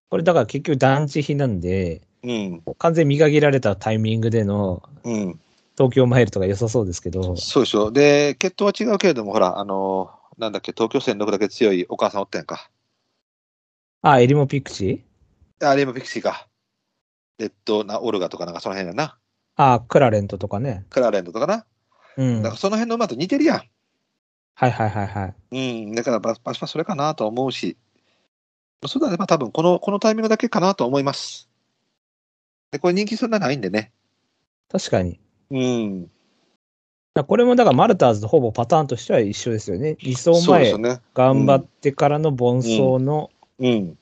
Speaker 1: これだから結局団地比なんで、
Speaker 2: うん、
Speaker 1: 完全に磨きられたタイミングでの
Speaker 2: うん。
Speaker 1: 東京マイルとか良さそうですけど、
Speaker 2: そうでしょ。で、血統は違うけれども、ほら、あのーなんだっけ、東京戦6だけ強いお母さんおったやんか。
Speaker 1: あ、エリモピクチー
Speaker 2: あれもピクシーか。レッドな、オルガとかなんかその辺やな。
Speaker 1: あ、クラレントとかね。
Speaker 2: クラーレンドとかな。
Speaker 1: うん。
Speaker 2: だか
Speaker 1: は
Speaker 2: らその辺の馬と似てるやん。
Speaker 1: いはいはいはい。
Speaker 2: うん。だから、バシバシそれかなと思うし。そうだね。まあ多分、この、このタイミングだけかなと思います。で、これ人気そんなないんでね。
Speaker 1: 確かに。
Speaker 2: うん。
Speaker 1: だからこれもだからマルターズとほぼパターンとしては一緒ですよね。理想
Speaker 2: そうです
Speaker 1: 前
Speaker 2: よ、ね。
Speaker 1: 頑張ってからの盆走の
Speaker 2: うん。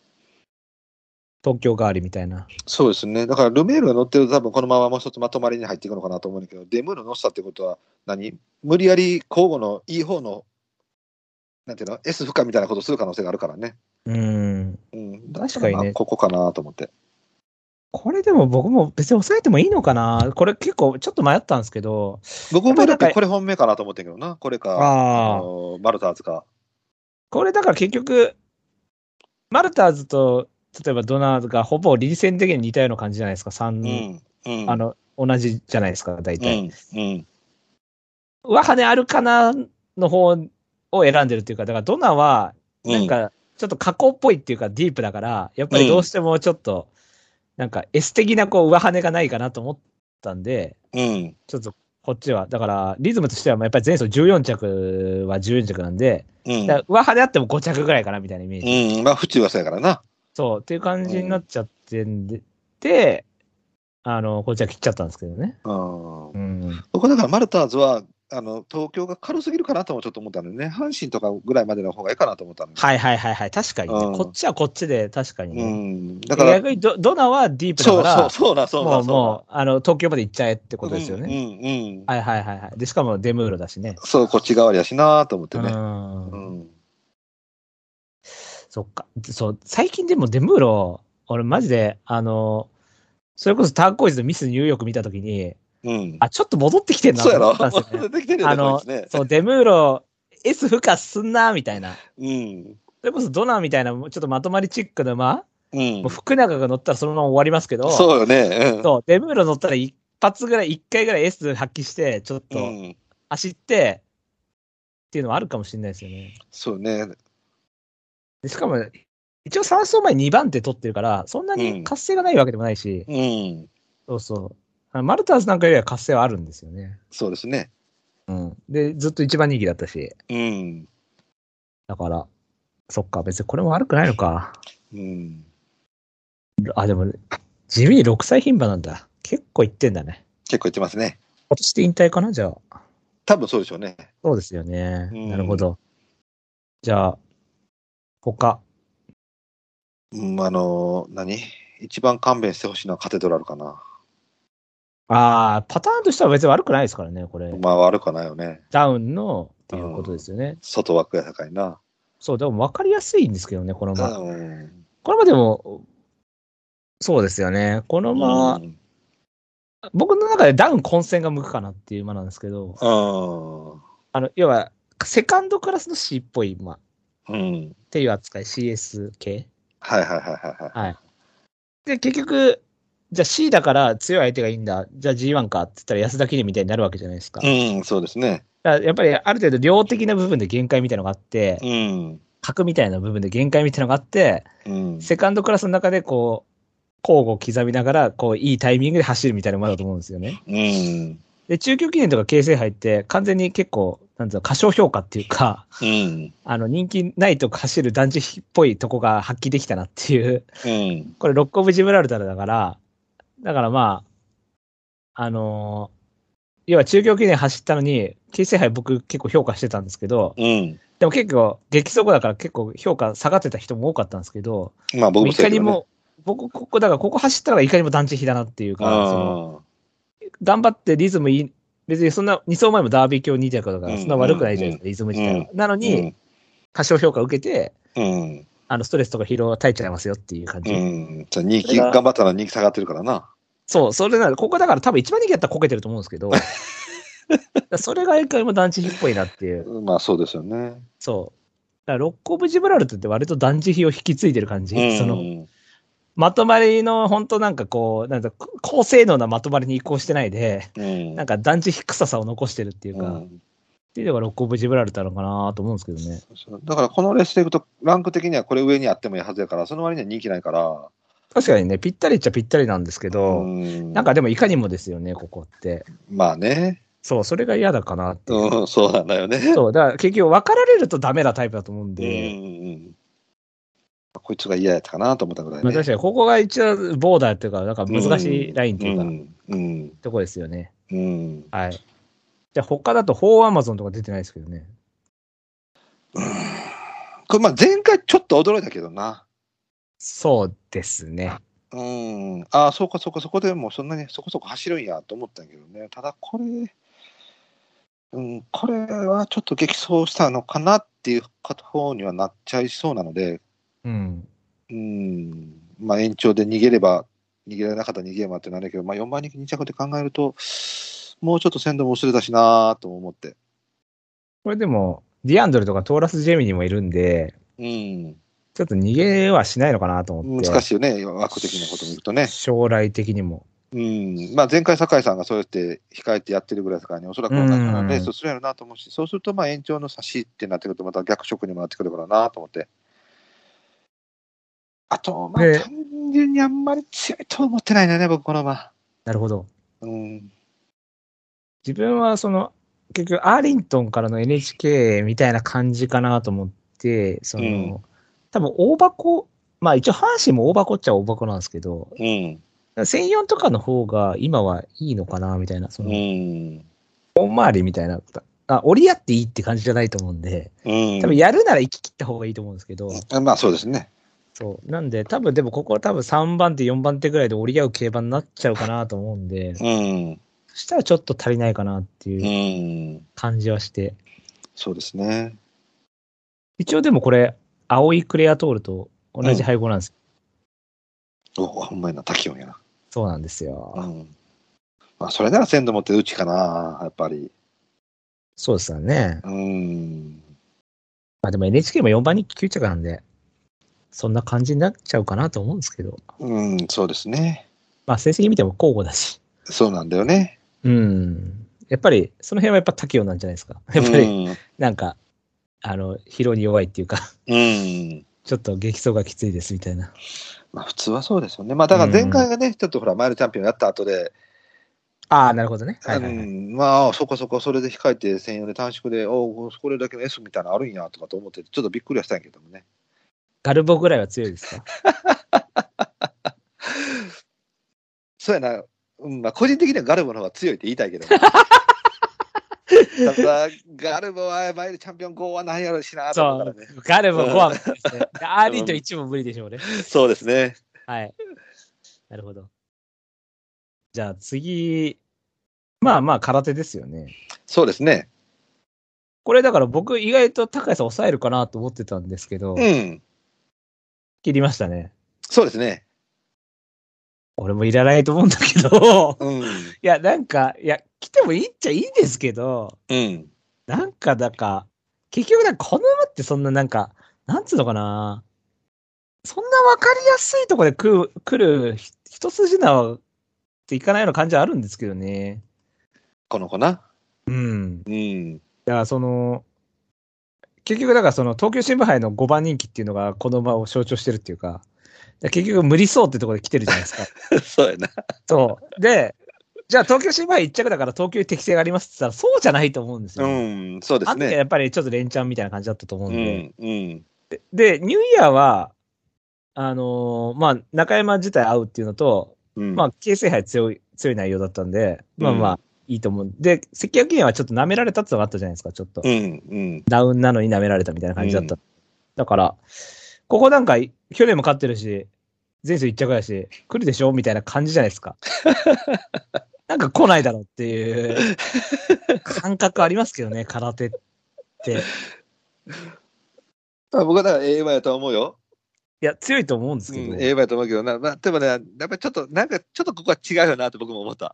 Speaker 1: 東京代わりみたいな。
Speaker 2: そうですね。だから、ルメールが乗ってると、多分このままもう一つまとまりに入っていくのかなと思うんだけど、デムール乗せたってことは何、無理やり交互のいい方の、なんていうの、S 負荷みたいなことする可能性があるからね。
Speaker 1: うん。
Speaker 2: うん、
Speaker 1: 確かにね
Speaker 2: だらまあここかなと思って。
Speaker 1: これでも僕も別に抑えてもいいのかなこれ結構ちょっと迷ったんですけど、
Speaker 2: 僕もだっ
Speaker 1: やっぱりなん
Speaker 2: て
Speaker 1: か
Speaker 2: これ本命かなと思ってんけどな、これか、あ
Speaker 1: ああ。
Speaker 2: のマルターズか。
Speaker 1: これだから結局、マルターズと例えばドナーズがほぼ臨戦的に似たような感じじゃないですか。
Speaker 2: う
Speaker 1: 3、
Speaker 2: ん。うん。
Speaker 1: あの、同じじゃないですか、大
Speaker 2: う
Speaker 1: 体。
Speaker 2: ん。うん。
Speaker 1: 上羽あるかなの方を選んでるっていうか、だからドナはなんか、ちょっと加工っぽいっていうか、ディープだから、やっぱりどうしてもちょっと、なんか、S 的なこう、上跳ねがないかなと思ったんで、
Speaker 2: うん。
Speaker 1: ちょっと、こっちは、だから、リズムとしては、やっぱり前走14着は14着なんで、
Speaker 2: うん。
Speaker 1: だから上跳ねあっても5着ぐらいかなみたいなイメージ。
Speaker 2: うん。まあ、府中はそうやからな。
Speaker 1: そう、っていう感じになっちゃってんで、て、あの、こっちは切っちゃったんですけどね。
Speaker 2: うん
Speaker 1: うん。
Speaker 2: 僕だからマルターズは、あの東京が軽すぎるかなともちょっと思ったのでね、阪神とかぐらいまでの方がいいかなと思ったので、
Speaker 1: はいはいはいはい。確かにね、
Speaker 2: うん
Speaker 1: こっちはこっちで、確かに
Speaker 2: う
Speaker 1: ね。
Speaker 2: ん、だから、
Speaker 1: 逆にドドナはディープだ
Speaker 2: そ
Speaker 1: か
Speaker 2: うそう、
Speaker 1: ら、
Speaker 2: そうな、そう
Speaker 1: も
Speaker 2: な、
Speaker 1: う、
Speaker 2: そ
Speaker 1: もう、あの、東京まで行っちゃえって
Speaker 2: うな
Speaker 1: ことですよね。
Speaker 2: うんうんうん
Speaker 1: はいはいはいはい。で、しかもデムーロだしね。
Speaker 2: そう、こっち側やしなと思って
Speaker 1: う。
Speaker 2: ね。うんん
Speaker 1: そっか。そう、最近でもデムーロ、俺マジで、あの、それこそターコイズのミスニューヨーク見たときに、
Speaker 2: うん、
Speaker 1: あ、ちょっと戻ってきてんな
Speaker 2: そう
Speaker 1: と
Speaker 2: や
Speaker 1: 思
Speaker 2: ろ
Speaker 1: ったんですよね
Speaker 2: 出。てきてるよ
Speaker 1: あ
Speaker 2: ね、こ
Speaker 1: の
Speaker 2: いつね、。
Speaker 1: そう、デムーロ、S 付加すんな、みたいな。
Speaker 2: うん。
Speaker 1: それこそドナーみたいな、ちょっとまとまりチックな馬、
Speaker 2: うん
Speaker 1: もう。福永が乗ったらそのまま終わりますけど、
Speaker 2: そうよね。
Speaker 1: そうデムーロ乗ったら一発ぐらい、一回ぐらい S 発揮して、ちょっ
Speaker 2: うん。う
Speaker 1: と
Speaker 2: ん
Speaker 1: 走って、っていうのはあるかもしれないですよね。
Speaker 2: そうね。
Speaker 1: でしかも、一応3走前2番手取ってるから、そんなに活性がないわけでもないし、
Speaker 2: うん。
Speaker 1: そうそうあの。マルターズなんかよりは活性はあるんですよね。
Speaker 2: そうですね。
Speaker 1: うん。で、ずっと一番人気だったし、
Speaker 2: うん。
Speaker 1: だから、そっか、別にこれも悪くないのか。
Speaker 2: うん。
Speaker 1: あ、でも、地味に6歳牝馬なんだ。結構いってんだね。
Speaker 2: 結構言ってますね。
Speaker 1: 今年で引退かなじゃあ。
Speaker 2: 多分そうでしょうね。
Speaker 1: そうですよね。
Speaker 2: うん
Speaker 1: なるほど。じゃあ、他。
Speaker 2: うん、あのー、何一番勘弁してほしいのはカテドラルかな。
Speaker 1: ああ、パターンとしては別に悪くないですからね、これ。
Speaker 2: まあ悪くはないよね。
Speaker 1: ダウンのっていうことですよね。
Speaker 2: 外枠や高いな。
Speaker 1: そう、でも分かりやすいんですけどね、この馬。
Speaker 2: うん。
Speaker 1: この馬でも、そうですよね。この馬、
Speaker 2: うん。
Speaker 1: 僕の中でダウン混戦が向くかなっていう馬なんですけど、あの、要は、セカンドクラスの C っぽい馬っ
Speaker 2: うん。
Speaker 1: ていう扱い、CS 系。
Speaker 2: はいはいはいはい。
Speaker 1: はい。で、結局、じゃあ C だから強い相手がいいんだ。じゃあ G1 かって言ったら安田記念みたいになるわけじゃないですか。だか
Speaker 2: はい、うん、そうですね。
Speaker 1: らやっぱりある程度量的な部分で限界みたいなのがあって、
Speaker 2: うん。
Speaker 1: 角みたいな部分で限界みたいなのがあって、
Speaker 2: うん。
Speaker 1: セカンドクラスの中でこう、交互を刻みながら、こう、いいタイミングで走るみたいなものだと思うんですよね。
Speaker 2: うん。
Speaker 1: で、中級記念とか形成杯って完全に結構、なんつうの、過小評価っていうか、
Speaker 2: うん。
Speaker 1: あの、人気ないとこ走る団地っぽいとこが発揮できたなっていう。
Speaker 2: うん。
Speaker 1: これ、ロック・オブ・ジブラルタルだから、だからまあ、あのー要は中京記念走ったのに、京成杯僕結構評価してたんですけど、
Speaker 2: うん。
Speaker 1: でも結構、激走後だから結構評価下がってた人も多かったんですけど、
Speaker 2: まあ僕も
Speaker 1: いかに
Speaker 2: そう
Speaker 1: も、僕、ここ、だからここ走ったらいかにも団地比だなっていう
Speaker 2: やけ
Speaker 1: か、その
Speaker 2: どね
Speaker 1: 頑張ってリズムいい、別にそんな、2走前もダービー強2着だから、そんな悪くないじゃないですか、リズム自体は。なの
Speaker 2: う
Speaker 1: に、
Speaker 2: ん。
Speaker 1: 過小評価受けて、
Speaker 2: うん。
Speaker 1: あの、ストレスとか疲労は耐えちゃいますよっていう感じ。
Speaker 2: うん。そう人気頑張ったら人気下がってるからな。
Speaker 1: そう、それなら、ここだから多分一番人気だったらこけてると思うんですけ ど、だからそれが一回も団地比っぽいなっていう。
Speaker 2: まあそうですよね。
Speaker 1: そう。だからロック・オブ・ジブラルトって割と団地比を引き継いでる感じ。
Speaker 2: うん
Speaker 1: その、まとまりの、本当なんかこう、なんか高性能なまとまりに移行してないで、
Speaker 2: うん。
Speaker 1: なんか団地比臭さを残してるっていうか、っ
Speaker 2: うん
Speaker 1: ていうのがロック・オブ・ジブラルトなのかなと思うんですけどね。
Speaker 2: そうだからこのレースでいくと、ランク的にはこれ上にあってもいいはずやから、その割には人気ないから。
Speaker 1: 確かにね、ぴったりっちゃぴったりなんですけど、
Speaker 2: うん
Speaker 1: なんかでもいかにもですよね、ここって。
Speaker 2: まあね。
Speaker 1: そう、それが嫌だかなっていう。
Speaker 2: うん、そうなんだよね。
Speaker 1: そう、だから結局分かられるとダメなタイプだと思うん
Speaker 2: うんう
Speaker 1: で、
Speaker 2: んうん。こいつが嫌やったかなと思ったぐらい
Speaker 1: まあ、
Speaker 2: ね。
Speaker 1: 確かに、ここが一応ボーダーっていうか、なんか難しいラインっていうか、
Speaker 2: うん。うん。
Speaker 1: とこですよね。
Speaker 2: うん。
Speaker 1: はい。じゃあ、他だと、フォーアマゾンとか出てないですけどね。
Speaker 2: これまあ前回ちょっと驚いたけどな。
Speaker 1: そうですね。
Speaker 2: うん。ああ、そうかそうか、そこでもうそんなにそこそこ走るんやと思ったんやけどね。ただこれ、うん、これはちょっと激走したのかなっていう方にはなっちゃいそうなので、
Speaker 1: うん。
Speaker 2: うん。まあ延長で逃げれば、逃げられなかったら逃げればってなるけど、まあ4番人気2着で考えると、もうちょっと先導も薄れたしなーとも思って。
Speaker 1: これでも、ディアンドルとかトーラス・ジェミニもいるんで、
Speaker 2: うん。
Speaker 1: ちょっと逃げはしないのかなと思って。
Speaker 2: 難しいよね、枠的なことも言うとね。
Speaker 1: 将来的にも。
Speaker 2: うんまあ、前回、酒井さんがそうやって控えてやってるぐらいですからね、おそらくだから
Speaker 1: うん
Speaker 2: レースするやろなと思うし、そうするとまあ延長の差しってなってくると、また逆色にもなってくるからなと思って。あと、まあ、
Speaker 1: で
Speaker 2: 単純にあんまり強いと思ってないんだよね、僕、この馬。
Speaker 1: なるほど。
Speaker 2: うん、
Speaker 1: 自分は、その、結局、アーリントンからの NHK みたいな感じかなと思って、その、
Speaker 2: うん
Speaker 1: 多分、大箱、まあ一応、阪神も大箱っちゃ大箱なんですけど、
Speaker 2: うん、
Speaker 1: 1004とかの方が今はいいのかな、みたいな。その、
Speaker 2: ん。
Speaker 1: お回りみたいな。あ、折り合っていいって感じじゃないと思うんで、
Speaker 2: うん
Speaker 1: 多分やるなら行き切った方がいいと思うんですけど、
Speaker 2: あまあそうですね。
Speaker 1: そう。なんで、多分でもここは多分3番手、4番手ぐらいで折り合う競馬になっちゃうかなと思うんで、
Speaker 2: うん。
Speaker 1: そしたらちょっと足りないかなって
Speaker 2: う。
Speaker 1: いうん感じはして。
Speaker 2: そうですね。
Speaker 1: 一応でもこれ、青いクレアトールと同じ配合なんです。
Speaker 2: お、ほんまやな、滝音やな。
Speaker 1: そうなんですよ。
Speaker 2: うん。まあそれなら鮮度持ってるうちかな、やっぱり。
Speaker 1: そうですよね。
Speaker 2: うん。
Speaker 1: まあでも NHK も4番に9着なんで、そんな感じになっちゃうかなと思うんですけど。
Speaker 2: うん、そうですね。
Speaker 1: まあ成績見ても交互だし。
Speaker 2: そうなんだよね。
Speaker 1: うん。やっぱり、その辺はやっぱタキオなんじゃないですか。やっぱり、
Speaker 2: うん。
Speaker 1: なんか、あの、疲労に弱いっていうか、
Speaker 2: うん
Speaker 1: ちょっと激走がきついですみたいな。
Speaker 2: まあ普通はそうですよね。まあだから前回がね、ちょっとほら、マイルチャンピオンやった後で、
Speaker 1: ああ、なるほどね。はいはい、
Speaker 2: う
Speaker 1: はい。
Speaker 2: ん、まあそこそこそれで控えて専用で短縮で、おうこれだけの S みたいなのあるんやとかと思って、ちょっとびっくりはしたんやけどもね。
Speaker 1: ガルボぐらいは強いですか
Speaker 2: そうやな、うんまあ、個人的にはガルボの方が強いって言いたいけど も。ただ、ガルボはマイルチャンピオン5は何やろうしなと
Speaker 1: そ
Speaker 2: 思う
Speaker 1: う
Speaker 2: からね。。
Speaker 1: ガルボ5は無理ですね。アーリーと1も無理でしょうね。
Speaker 2: そうですね。
Speaker 1: はい。なるほど。じゃあ次、まあまあ空手ですよね。
Speaker 2: そうですね。
Speaker 1: これだから僕意外と高橋さん抑えるかなと思ってたんですけど、
Speaker 2: うん。
Speaker 1: 切りましたね。
Speaker 2: そうですね。
Speaker 1: 俺もいらないと思うんだけど、
Speaker 2: うん。
Speaker 1: いやなんか、いや、来てもいいっちゃいいんですけど、
Speaker 2: うん。
Speaker 1: なんかだか、結局なんかこの馬ってそんななんか、なんつうのかな。そんなわかりやすいとこで来る、来るひ一筋縄っていかないような感じはあるんですけどね。
Speaker 2: この子な。
Speaker 1: うん。
Speaker 2: うん。
Speaker 1: だからその、結局だからその東京新聞杯の5番人気っていうのがこの馬を象徴してるっていうか、だから結局無理そうってところで来てるじゃないですか。
Speaker 2: そうやな。
Speaker 1: そう。で、じゃあ東京新聞杯1着だから東京に適性がありますって言ったらそうじゃないと思うんですよ。
Speaker 2: うん。そうで
Speaker 1: あ
Speaker 2: す
Speaker 1: の時は
Speaker 2: ね。
Speaker 1: やっぱりちょっと連チャンみたいな感じだったと思う
Speaker 2: うん
Speaker 1: で。
Speaker 2: ん。うん。
Speaker 1: で、ニューイヤーは、あのーまあ、中山自体合うっていうのと、
Speaker 2: うん。
Speaker 1: まあ、京成杯強い、強い内容だったんで、まあ
Speaker 2: うん
Speaker 1: まあ、いいと思う。で、関脇園はちょっと舐められたってのがあったじゃないですか、ちょっと。
Speaker 2: うん。うん。
Speaker 1: ダウンなのに舐められたみたいな感じだった。
Speaker 2: う
Speaker 1: だから、ここなんか、去年も勝ってるし、前走一着やし、来るでしょみたいな感じじゃない ですか。なんか来ないだろうっていう感覚ありますけどね、空手って。い
Speaker 2: まあ僕はだから A 馬やとは思うよ。
Speaker 1: や、強いと思うんです
Speaker 2: う
Speaker 1: けど。
Speaker 2: ん、A 馬やと思うけどな。まあ、でもね、やっぱりちょっと、なんかちょっとここは違うよなって僕も思った。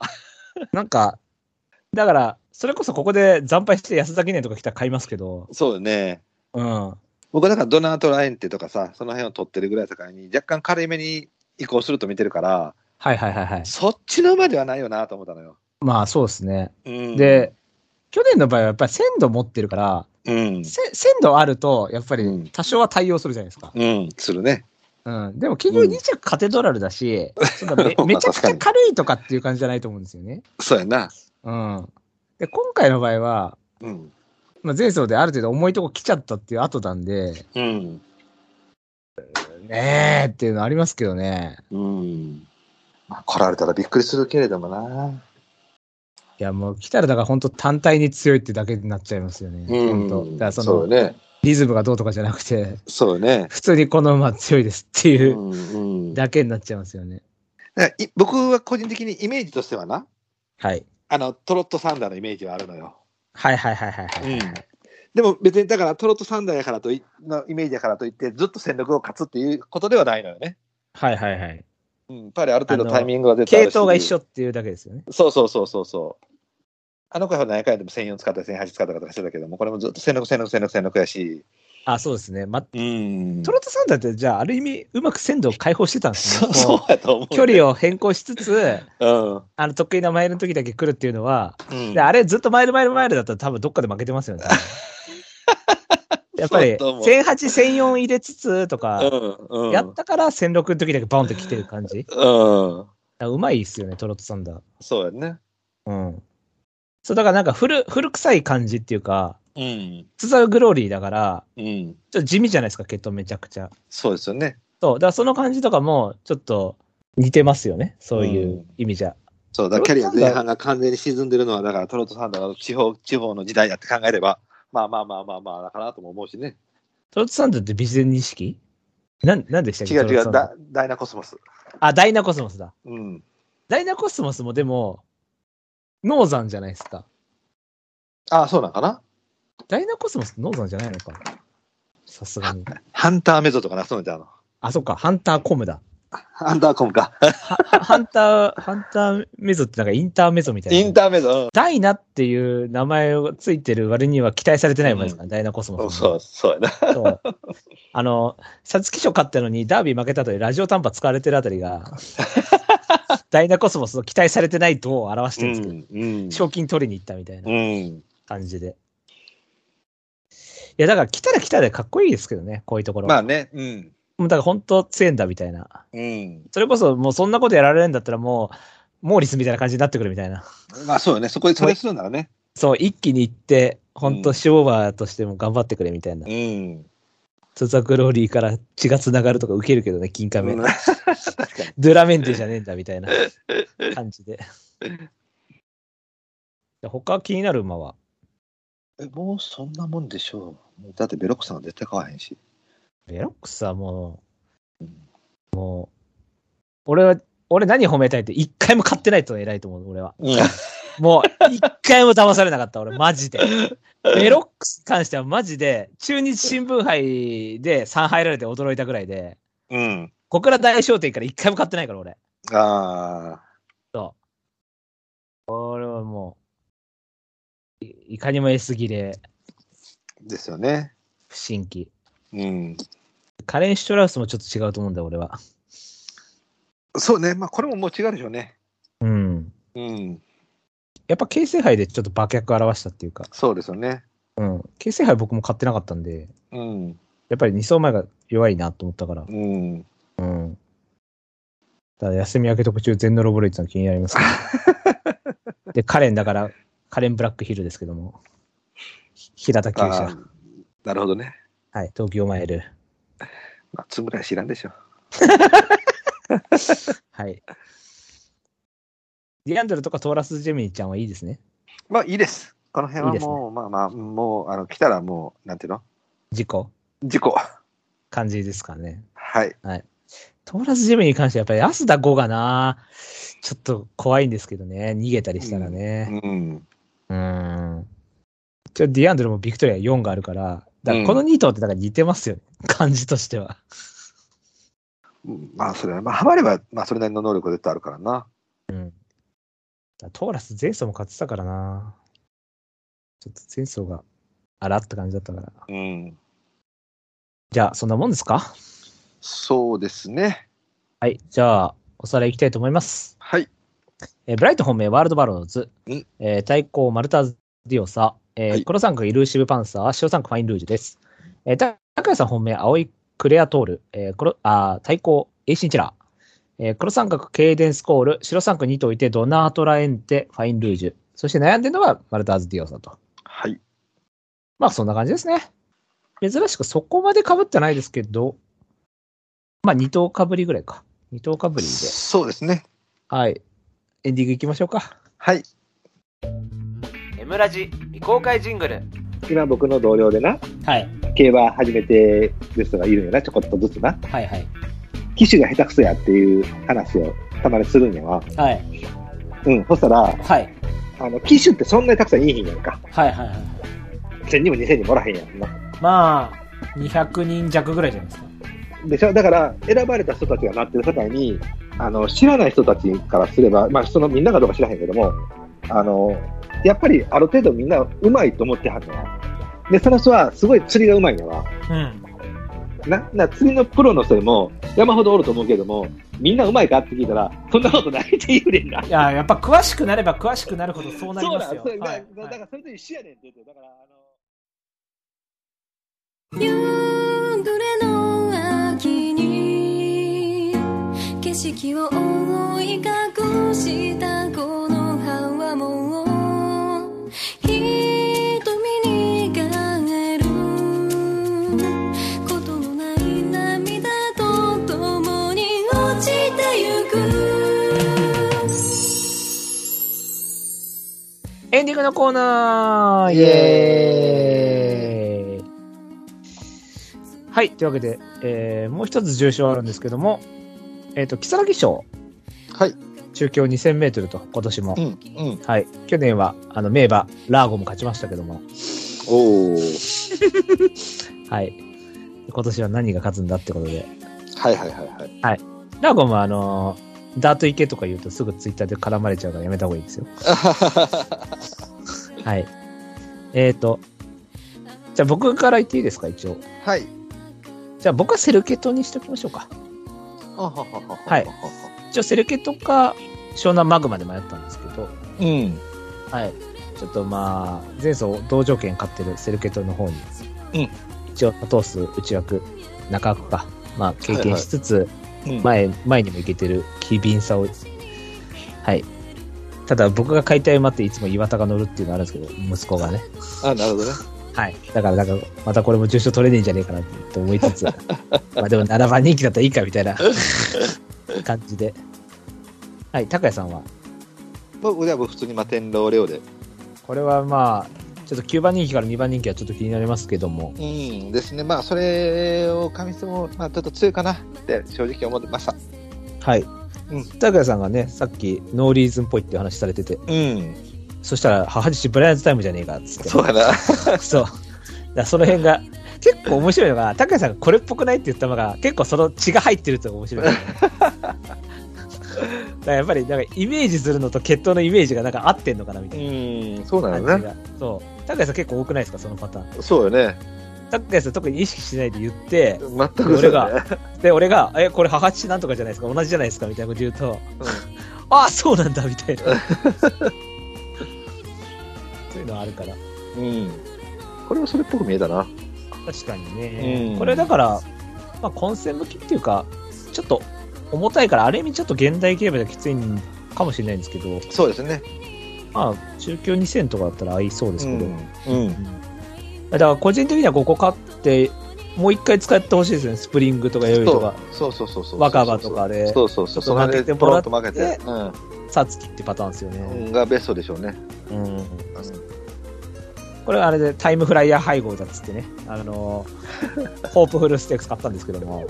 Speaker 1: なんか、だから、それこそここで惨敗して安田記念とか来たら買いますけど、
Speaker 2: そうよね。
Speaker 1: うん。
Speaker 2: 僕はだからドナート・ラインテとかさ、その辺を取ってるぐらいだからに、若干軽めに移行すると見てるから、
Speaker 1: はいはいはいはい。
Speaker 2: そっちの馬ではないよなと思ったのよ。
Speaker 1: まあそうですね。
Speaker 2: うん、
Speaker 1: で、、去年の場合はやっぱり鮮度持ってるから、
Speaker 2: うん、
Speaker 1: せ鮮度あると、やっぱ
Speaker 2: うん
Speaker 1: り多少は対応するじゃないですか。
Speaker 2: うん、するね。
Speaker 1: うん。でも結局
Speaker 2: うん
Speaker 1: 2着カテドラルだ し、そんなめ
Speaker 2: まあ
Speaker 1: めちゃく
Speaker 2: 確か
Speaker 1: ちゃ
Speaker 2: に
Speaker 1: 軽いとかっていう感じじゃないと思うんですよね。
Speaker 2: そうやな。
Speaker 1: うん。で、今回の場合は、
Speaker 2: うん、
Speaker 1: まあ、前走である程度重いとこ来ちゃったっていう後なんで、
Speaker 2: うん、
Speaker 1: ねえっていうのありますけどね。
Speaker 2: うん。まあ、来られたらびっくりするけれどもな。
Speaker 1: いや、もう来たらだから本当単体に強いってだけになっちゃいますよね。
Speaker 2: う
Speaker 1: 本
Speaker 2: ん、
Speaker 1: 当。だからそ
Speaker 2: そう
Speaker 1: の、
Speaker 2: よね。
Speaker 1: リズムがどうとかじゃなくて、
Speaker 2: そうよね。
Speaker 1: 普通にこの馬強いですって
Speaker 2: う、
Speaker 1: いうん
Speaker 2: うん。だ
Speaker 1: だけになっちゃいますよね。
Speaker 2: からい僕は個人的にイメージとしてはな、
Speaker 1: はい。
Speaker 2: あの、トロット・サンダーのイメージはあるのよ。
Speaker 1: はいはいはいはいはい。
Speaker 2: でも別にだからトロットサンダーやからといのイメージやからといってずっと戦力を勝つっていうことではないのよね。
Speaker 1: はいはいはい。
Speaker 2: うん、やっぱりある程
Speaker 1: あ
Speaker 2: 度
Speaker 1: の
Speaker 2: タイミングは絶対あ
Speaker 1: 系
Speaker 2: るし
Speaker 1: 統が一。緒っていうだけですよね。
Speaker 2: そうそうそうそうそう。あの子は何回でも1004使ったり1008使ったりとかしてたけども、これもずっと戦力戦力戦力戦力やし。
Speaker 1: あ、そうですね。ま、ト
Speaker 2: う
Speaker 1: ロッ
Speaker 2: ん
Speaker 1: トサンダーって、じゃあ、ある意味、うまく鮮度を解放してたんです
Speaker 2: そ
Speaker 1: ね。
Speaker 2: う
Speaker 1: こ
Speaker 2: そううやと思う。
Speaker 1: 距離を変更しつつ、
Speaker 2: うん。
Speaker 1: あの、得意なマイルの時だけ来るっていうのは、
Speaker 2: うん
Speaker 1: であれずっとマイルマイルマイルだったら多分どっかで負けてます よね。やっぱり、
Speaker 2: そうと思う
Speaker 1: 1008、1004入れつつとか、
Speaker 2: うん。うん。
Speaker 1: やったから1006の時だけバンって来てる感じ。
Speaker 2: うん。
Speaker 1: だからうまいっすよね、トロットサンダー。
Speaker 2: そうやね。
Speaker 1: うん。そう、だからなんか古、古臭い感じっていうか、
Speaker 2: うん。
Speaker 1: ツザルグローリーだから、
Speaker 2: うん。
Speaker 1: ちょっと地味じゃないですか、ケットめちゃくちゃ。
Speaker 2: そうですよね。
Speaker 1: そう、だからその感じとかも、ちょっと、似てますよね。そういう意味じゃ。
Speaker 2: そうだ、キャリア前半が完全に沈んでるのは、だからトロットサンダーが地方地方の時代だって考えれば、まあまあまあまあまあ、だからとも思うしね。
Speaker 1: トロットサンダーって備前錦なん、なんでしたっけ
Speaker 2: 違
Speaker 1: ト
Speaker 2: う
Speaker 1: ロ
Speaker 2: 違
Speaker 1: ットサ
Speaker 2: う、
Speaker 1: ンダー
Speaker 2: ダダイナコスモス。
Speaker 1: あ、ダイナコスモスだ。
Speaker 2: うん。
Speaker 1: ダイナコスモスもでも、ノーザンじゃないですか。
Speaker 2: ああ、そうなんかな
Speaker 1: ダイナコスモスってノーザンじゃないのか。さすが に。
Speaker 2: ハンターメゾとかな、そうなんじゃん。
Speaker 1: あ、そっか、ハンターコムだ。
Speaker 2: アンダーコムか。
Speaker 1: ははハンター、ハンターメゾってなんかインターメゾみたいな。
Speaker 2: インターメゾ。
Speaker 1: ダイナっていう名前がついてる割には期待されてないもんですから、ダイナコス
Speaker 2: う
Speaker 1: モ
Speaker 2: ん
Speaker 1: ス。
Speaker 2: そう、そうやな。
Speaker 1: そう。あの、皐月賞勝ったのにダービー負けたというラジオ短波使われてるあたり が、ダイナコスモスの期待されてないとを表して
Speaker 2: う
Speaker 1: るんですけど、
Speaker 2: ん。うん。
Speaker 1: 賞金取りに行ったみたいな
Speaker 2: うん。
Speaker 1: 感じで。いや、だから来たら来たでかっこいいですけどね、こういうところ。
Speaker 2: まあね、うん。
Speaker 1: もうだから本当強いんだみたいな。
Speaker 2: うん。
Speaker 1: それこそもうそんなことやられるんだったらもう、モーリスみたいな感じになってくるみたいな。
Speaker 2: まあそうよね、そこでそれするならね。
Speaker 1: そう、一気に行って、本
Speaker 2: う
Speaker 1: 当
Speaker 2: ん
Speaker 1: シュオーバーとしても頑張ってくれみたいな
Speaker 2: う。ん。
Speaker 1: トゥザクローリーから血が繋がるとか受けるけどね、金
Speaker 2: う
Speaker 1: 貨目。
Speaker 2: ん 確かに。
Speaker 1: ドゥラメンテじゃねえんだみたいな感じで。で他気になる馬は
Speaker 2: えもうそんなもんでしょう。だってベロックさんは絶対買わへんし。
Speaker 1: ベロックスはも
Speaker 2: うん
Speaker 1: う、もう、俺は、俺何褒めたいって一回も買ってないと偉いと思う、俺は。もう一回も騙されなかった、俺、マジで。ベロックスに関してはマジで、中日新聞杯で3入られて驚いたぐらいで、
Speaker 2: うん。
Speaker 1: 小倉大商店から一回も買ってないから、俺。
Speaker 2: あ
Speaker 1: そう。俺はもう、いいかにも S 切れ、
Speaker 2: あ、ですよね。
Speaker 1: 不審規。
Speaker 2: うん。
Speaker 1: カレン・シュトラウスもちょっと違うと思うんだよ、俺は。
Speaker 2: そうね、まあこれももう違うでしょうね。
Speaker 1: うん。
Speaker 2: うん。
Speaker 1: やっぱ、京成杯でちょっと馬脚表したっていうか、
Speaker 2: そうですよね。
Speaker 1: うん。京成杯僕も買ってなかったんで、
Speaker 2: うん。
Speaker 1: やっぱり2走前が弱いなと思ったから
Speaker 2: う、ん。
Speaker 1: うん。ただ、休み明け特注、全ノロボレイっていうの気になりますけ ど。で、カレンだから、カレン・ブラックヒルですけども、ひ平田厩
Speaker 2: あ
Speaker 1: 舎
Speaker 2: ーなるほどね。
Speaker 1: はい、東京マイル。
Speaker 2: まあ、つむらい知らんでしょ。
Speaker 1: はい。ディアンドルとかトーラス・ジェミニちゃんはいいですね。
Speaker 2: まあいいです。この辺はい
Speaker 1: いですね
Speaker 2: もう、まあまあ、もう、あの、来たらもう、なんていうの
Speaker 1: 事故
Speaker 2: 事故。
Speaker 1: 感じですかね。
Speaker 2: はい。
Speaker 1: トーラスジムに関してはやっぱり安田5がな、ちょっと怖いんですけどね、逃げたりしたらね。
Speaker 2: うん。
Speaker 1: うん。ちょディアンドルもビクトリア4があるから、だからこの2頭ってなんか似てますよね、感じとしては。
Speaker 2: まあ、それは、まあ、ハマれば、まあ、それなりの能力は絶対あるからな。
Speaker 1: だからトーラス前走も勝ってたからな。ちょっと前走があらって感じだったから。
Speaker 2: うん。
Speaker 1: じゃあ、そんなもんですか
Speaker 2: そうですね。
Speaker 1: はい。じゃあ、おさらいいきたいと思います。
Speaker 2: はい。
Speaker 1: えーブライト本命ワールドバローズ、
Speaker 2: うん
Speaker 1: えー対抗マルターズディオサ、えー
Speaker 2: はい
Speaker 1: 黒三角イルーシブパンサー、白三角ファインルージュです。えー、た高谷さん本命青いクレアトール、えー黒あー対抗エイシンチラー、えー黒三角ケイデンスコール、白三角にといてドナートラエンテ、ファインルージュ。そして悩んでるのがマルターズディオサと。
Speaker 2: はい。
Speaker 1: まあそんな感じですね。珍しくそこまで被ってないですけど、まあ2頭かぶりぐらいか。2頭かぶりで。
Speaker 2: そうですね。
Speaker 1: はい。エンディングいきましょうか。
Speaker 2: はい。
Speaker 3: エムラジ未公開ジングル
Speaker 2: 今僕の同僚でな、
Speaker 1: はい。
Speaker 2: 競馬始めてる人がいるんやな、ちょこっとずつな。
Speaker 1: はいはい。
Speaker 2: 騎手が下手くそやっていう話をたまにするんやわ。
Speaker 1: はい。
Speaker 2: うん。そしたら、
Speaker 1: はい。
Speaker 2: あの、騎手ってそんなにたくさんいいひんやんか。
Speaker 1: はいはいはい。
Speaker 2: 1000人も2000人もおらへんやんな。
Speaker 1: まあ、200人弱ぐらいじゃないですか。
Speaker 2: でしょだから、選ばれた人たちがなってる世界に、あの、知らない人たちからすれば、まあ、そのみんながどうか知らへんけども、あの、やっぱりある程度みんなうまいと思ってはんのや。で、その人はすごい釣りがうまいんやわ。
Speaker 1: うん。
Speaker 2: な、な、釣りのプロの人でも山ほどおると思うけども、みんなうまいかって聞いたら、そんなことないって言うねんな。
Speaker 1: いや、やっぱ詳しくなれば詳しくなるほどそうなり
Speaker 2: そ
Speaker 1: ま
Speaker 2: うな
Speaker 1: す
Speaker 2: ん
Speaker 1: よ。
Speaker 2: それだ
Speaker 1: は
Speaker 2: だ
Speaker 1: い
Speaker 2: だ
Speaker 1: は
Speaker 2: か
Speaker 1: い
Speaker 2: らそれと一緒やねんって言って、だから、あの、
Speaker 4: 夕暮れの秋に景色を覆い隠したこの葉はもう瞳にえることのない涙と共に落ちてゆく
Speaker 1: ンディングのコーナーイエーイはい、というわけで、えーもう一つ重賞あるんですけども、えっ、と、木更木賞、
Speaker 2: はい。
Speaker 1: 中京2000メートルと、今年も。
Speaker 2: うん、うん。
Speaker 1: はい。去年は、あの、名馬、ラーゴも勝ちましたけども、
Speaker 2: おー。
Speaker 1: はい。今年は何が勝つんだってことで。
Speaker 2: はいはいはい はい。
Speaker 1: ラーゴもあのーダート行けとか言うとすぐツイッターで絡まれちゃうからやめた方がいいですよ。はい。えっ、と、じゃあ僕から言っていいですか、一応。
Speaker 2: はい。
Speaker 1: じゃあ僕はセルケトにしときましょうか。
Speaker 2: はい。
Speaker 1: 一応セルケトか湘南マグマで迷ったんですけど、
Speaker 2: うん。
Speaker 1: はい。ちょっとまあ、前走同条件買ってるセルケトの方に、
Speaker 2: うん
Speaker 1: 一応通す内枠、中枠か、まあ経験しつつ、
Speaker 2: うん。
Speaker 1: 前、前にも行けてる機敏さを、はい。ただ僕が解体待っていつも岩田が乗るっていうのあるんですけど、息子がね。
Speaker 2: あ、なるほどね。
Speaker 1: はい。だからなんか、またこれも重賞取れねえんじゃねえかなって思いつつ、 まあでも7番人気だったらいいかみたい な感じで。はい、高谷さんは
Speaker 2: 僕では普通に摩天楼レオで。
Speaker 1: これはまあ、ちょっと9番人気から2番人気はちょっと気になりますけども、
Speaker 2: うんですね。まあ、それを神様も、まあ、ちょっと強いかなって正直思ってました。
Speaker 1: はい。
Speaker 2: うん
Speaker 1: 高谷さんがね、さっきノーリーズンっぽいっていう話されてて、
Speaker 2: うん。
Speaker 1: そしたら母父ブライアンズタイムじゃねえかっつって。
Speaker 2: そうやな。
Speaker 1: そう。だからその辺が、結構面白いのが、高橋さんがこれっぽくないって言ったのが、結構その血が入ってるってのが面白い、ね。だからやっぱり、なんかイメージするのと決闘のイメージがなんか合ってんのかなみたい
Speaker 2: うん、そう
Speaker 1: な
Speaker 2: な
Speaker 1: 感
Speaker 2: の
Speaker 1: じが。
Speaker 2: ね。
Speaker 1: そう。高橋さん結構多くないですか、そのパターン。
Speaker 2: そうよね。
Speaker 1: 高橋さん特に意識しないで言って、
Speaker 2: 全く、
Speaker 1: 俺が。で、俺が、え、これ母父なんとかじゃないですか、同じじゃないですかみたいなこと言うと、ああ、そうなんだみたいな。 そういうのはあるから。
Speaker 2: うん。これはそれっぽく見えたな。
Speaker 1: 確かにね、
Speaker 2: うん
Speaker 1: これだから、まあ、混戦向きっていうか、ちょっと重たいから、ある意味ちょっと現代ゲームできついんかもしれないんですけど、
Speaker 2: そうですね。
Speaker 1: まあ、中京2000とかだったら合いそうです
Speaker 2: う
Speaker 1: けど、うん
Speaker 2: ん。うん。
Speaker 1: だから個人的にはここ買って、もう一回使ってほしいですね、スプリングとかヨイとか、
Speaker 2: そうそうそうそう。
Speaker 1: 若葉とかで
Speaker 2: そうそうそ
Speaker 1: ち
Speaker 2: う。
Speaker 1: ょ
Speaker 2: そ
Speaker 1: っと
Speaker 2: の
Speaker 1: 負け
Speaker 2: 辺
Speaker 1: て
Speaker 2: で
Speaker 1: も
Speaker 2: ポ
Speaker 1: らっ
Speaker 2: ロン
Speaker 1: て
Speaker 2: と負けて。うん。
Speaker 1: サツキってパターンですよね。
Speaker 2: がベストでしょうね。
Speaker 1: うんこれはあれでタイムフライヤー配合だっつってね、あの ーホープフルステークス買ったんですけども、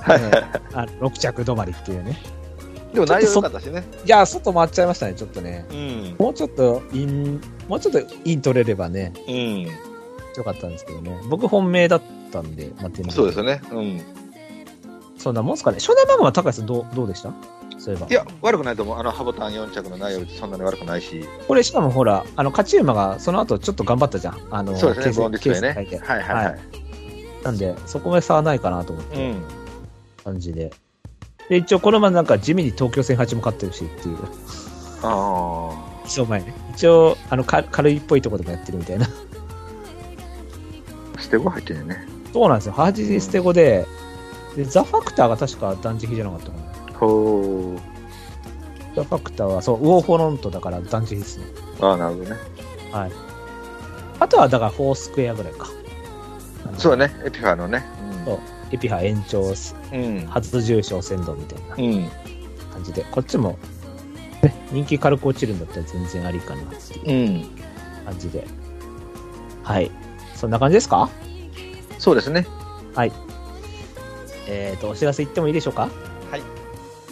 Speaker 2: はい
Speaker 1: ねあの6着止まりっていうね。
Speaker 2: でも内容良かったしね。
Speaker 1: いや、外回っちゃいましたね、ちょっとね。
Speaker 2: うん。
Speaker 1: もうちょっとイン、もうちょっとイン取れればね、
Speaker 2: うん。
Speaker 1: よかったんですけどね。僕本命だったんで、待ってみ
Speaker 2: そうですよ
Speaker 1: ね。
Speaker 2: ね。うん。
Speaker 1: そんなもんっすかね。初代マグマは高橋さんどう、どうでしたそういえば。
Speaker 2: いや、悪くないと思う。あの、ハボタン4着の内容そんなに悪くないし。
Speaker 1: これしかもほら、あの、勝ち馬がその後ちょっと頑張ったじゃん。あの、
Speaker 2: そうですね、
Speaker 1: 形
Speaker 2: ボ
Speaker 1: 成
Speaker 2: ンディ
Speaker 1: 形
Speaker 2: スプレイ
Speaker 1: 成変えて
Speaker 2: ね。はいはいは
Speaker 1: なんで、そこまで差はないかなと思って、
Speaker 2: い。うん。
Speaker 1: 感じで。で、一応このままなんか地味に東京戦8も勝ってるしって いう。
Speaker 2: あ
Speaker 1: 一応前ね。一応、あの、か軽いっぽいとこでもやってるみたいな。
Speaker 2: あ。ステゴ入ってるね。
Speaker 1: そうなんですよ。ハージ捨て子で、で、ザ・ファクターが確か断食じゃなかったかな。
Speaker 2: ほ
Speaker 1: ザ・ファクターは、そう、ウォーフォロントだから断食ですね。
Speaker 2: う。ああ、なるほどね。
Speaker 1: あとは、だから、フォースクエアぐらいか。
Speaker 2: そうだね、エピファのね。
Speaker 1: そうエピハ延長、
Speaker 2: うん。
Speaker 1: 初重賞先導みたいな
Speaker 2: うん。
Speaker 1: 感じで、こっちも、ね、人気軽く落ちるんだったら全然ありかなっていう
Speaker 2: うん。
Speaker 1: 感じで。はい。そんな感じですか
Speaker 2: そうですね。
Speaker 1: えー、と、お知らせ言ってもいいでしょうか
Speaker 2: はい。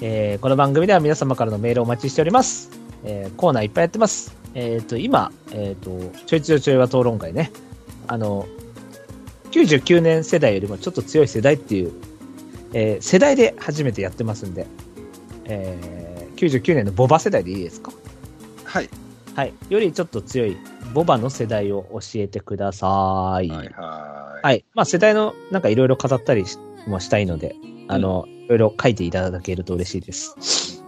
Speaker 1: えーこの番組では皆様からのメールをお待ちしております。えーコーナーいっぱいやってます。えっ、と、今、えっ、と、ちょいちょいちょいは討論会ね。あの、99年世代よりもちょっと強い世代っていう、えー世代で初めてやってますんで、えー99年のボバ世代でいいですか
Speaker 2: はい。
Speaker 1: はい。よりちょっと強いボバの世代を教えてください。
Speaker 2: はいは
Speaker 1: はい。まあ、世代の、なんかいろいろ語ったりしもしたいので、あの、いろいろ書いていただけると嬉しいです。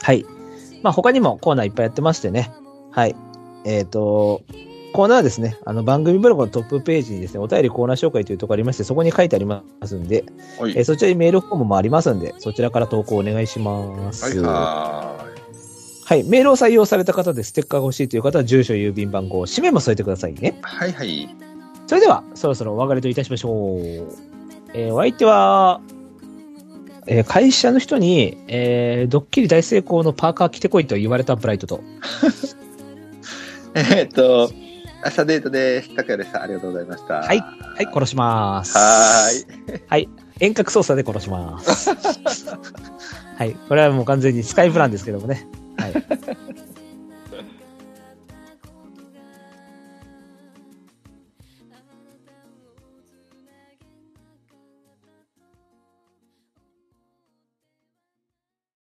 Speaker 1: はい。まあ、他にもコーナーいっぱいやってましてね。はい。えっ、と、コーナーはですね、あの、番組ブログのトップページにですね、お便りコーナー紹介というところありまして、そこに書いてありますんで、
Speaker 2: い。おい
Speaker 1: えーそちらにメールフォームもありますんで、そちらから投稿お願いします。
Speaker 2: はいは
Speaker 1: はい。メールを採用された方でステッカーが欲しいという方は、住所、郵便番号、氏名も添えてくださいね
Speaker 2: い。。はいはい。
Speaker 1: それでは、そろそろお別れといたしましょう。えーお相手は、えー会社の人に、えードッキリ大成功のパーカー着てこいと言われたブライトと、
Speaker 2: えっと、朝デートです。高谷でした。ありがとうございました。
Speaker 1: はいはい、殺します。
Speaker 2: はーい。
Speaker 1: 遠隔操作で殺します。はい。これはもう完全にスカイプランですけどもね。はい。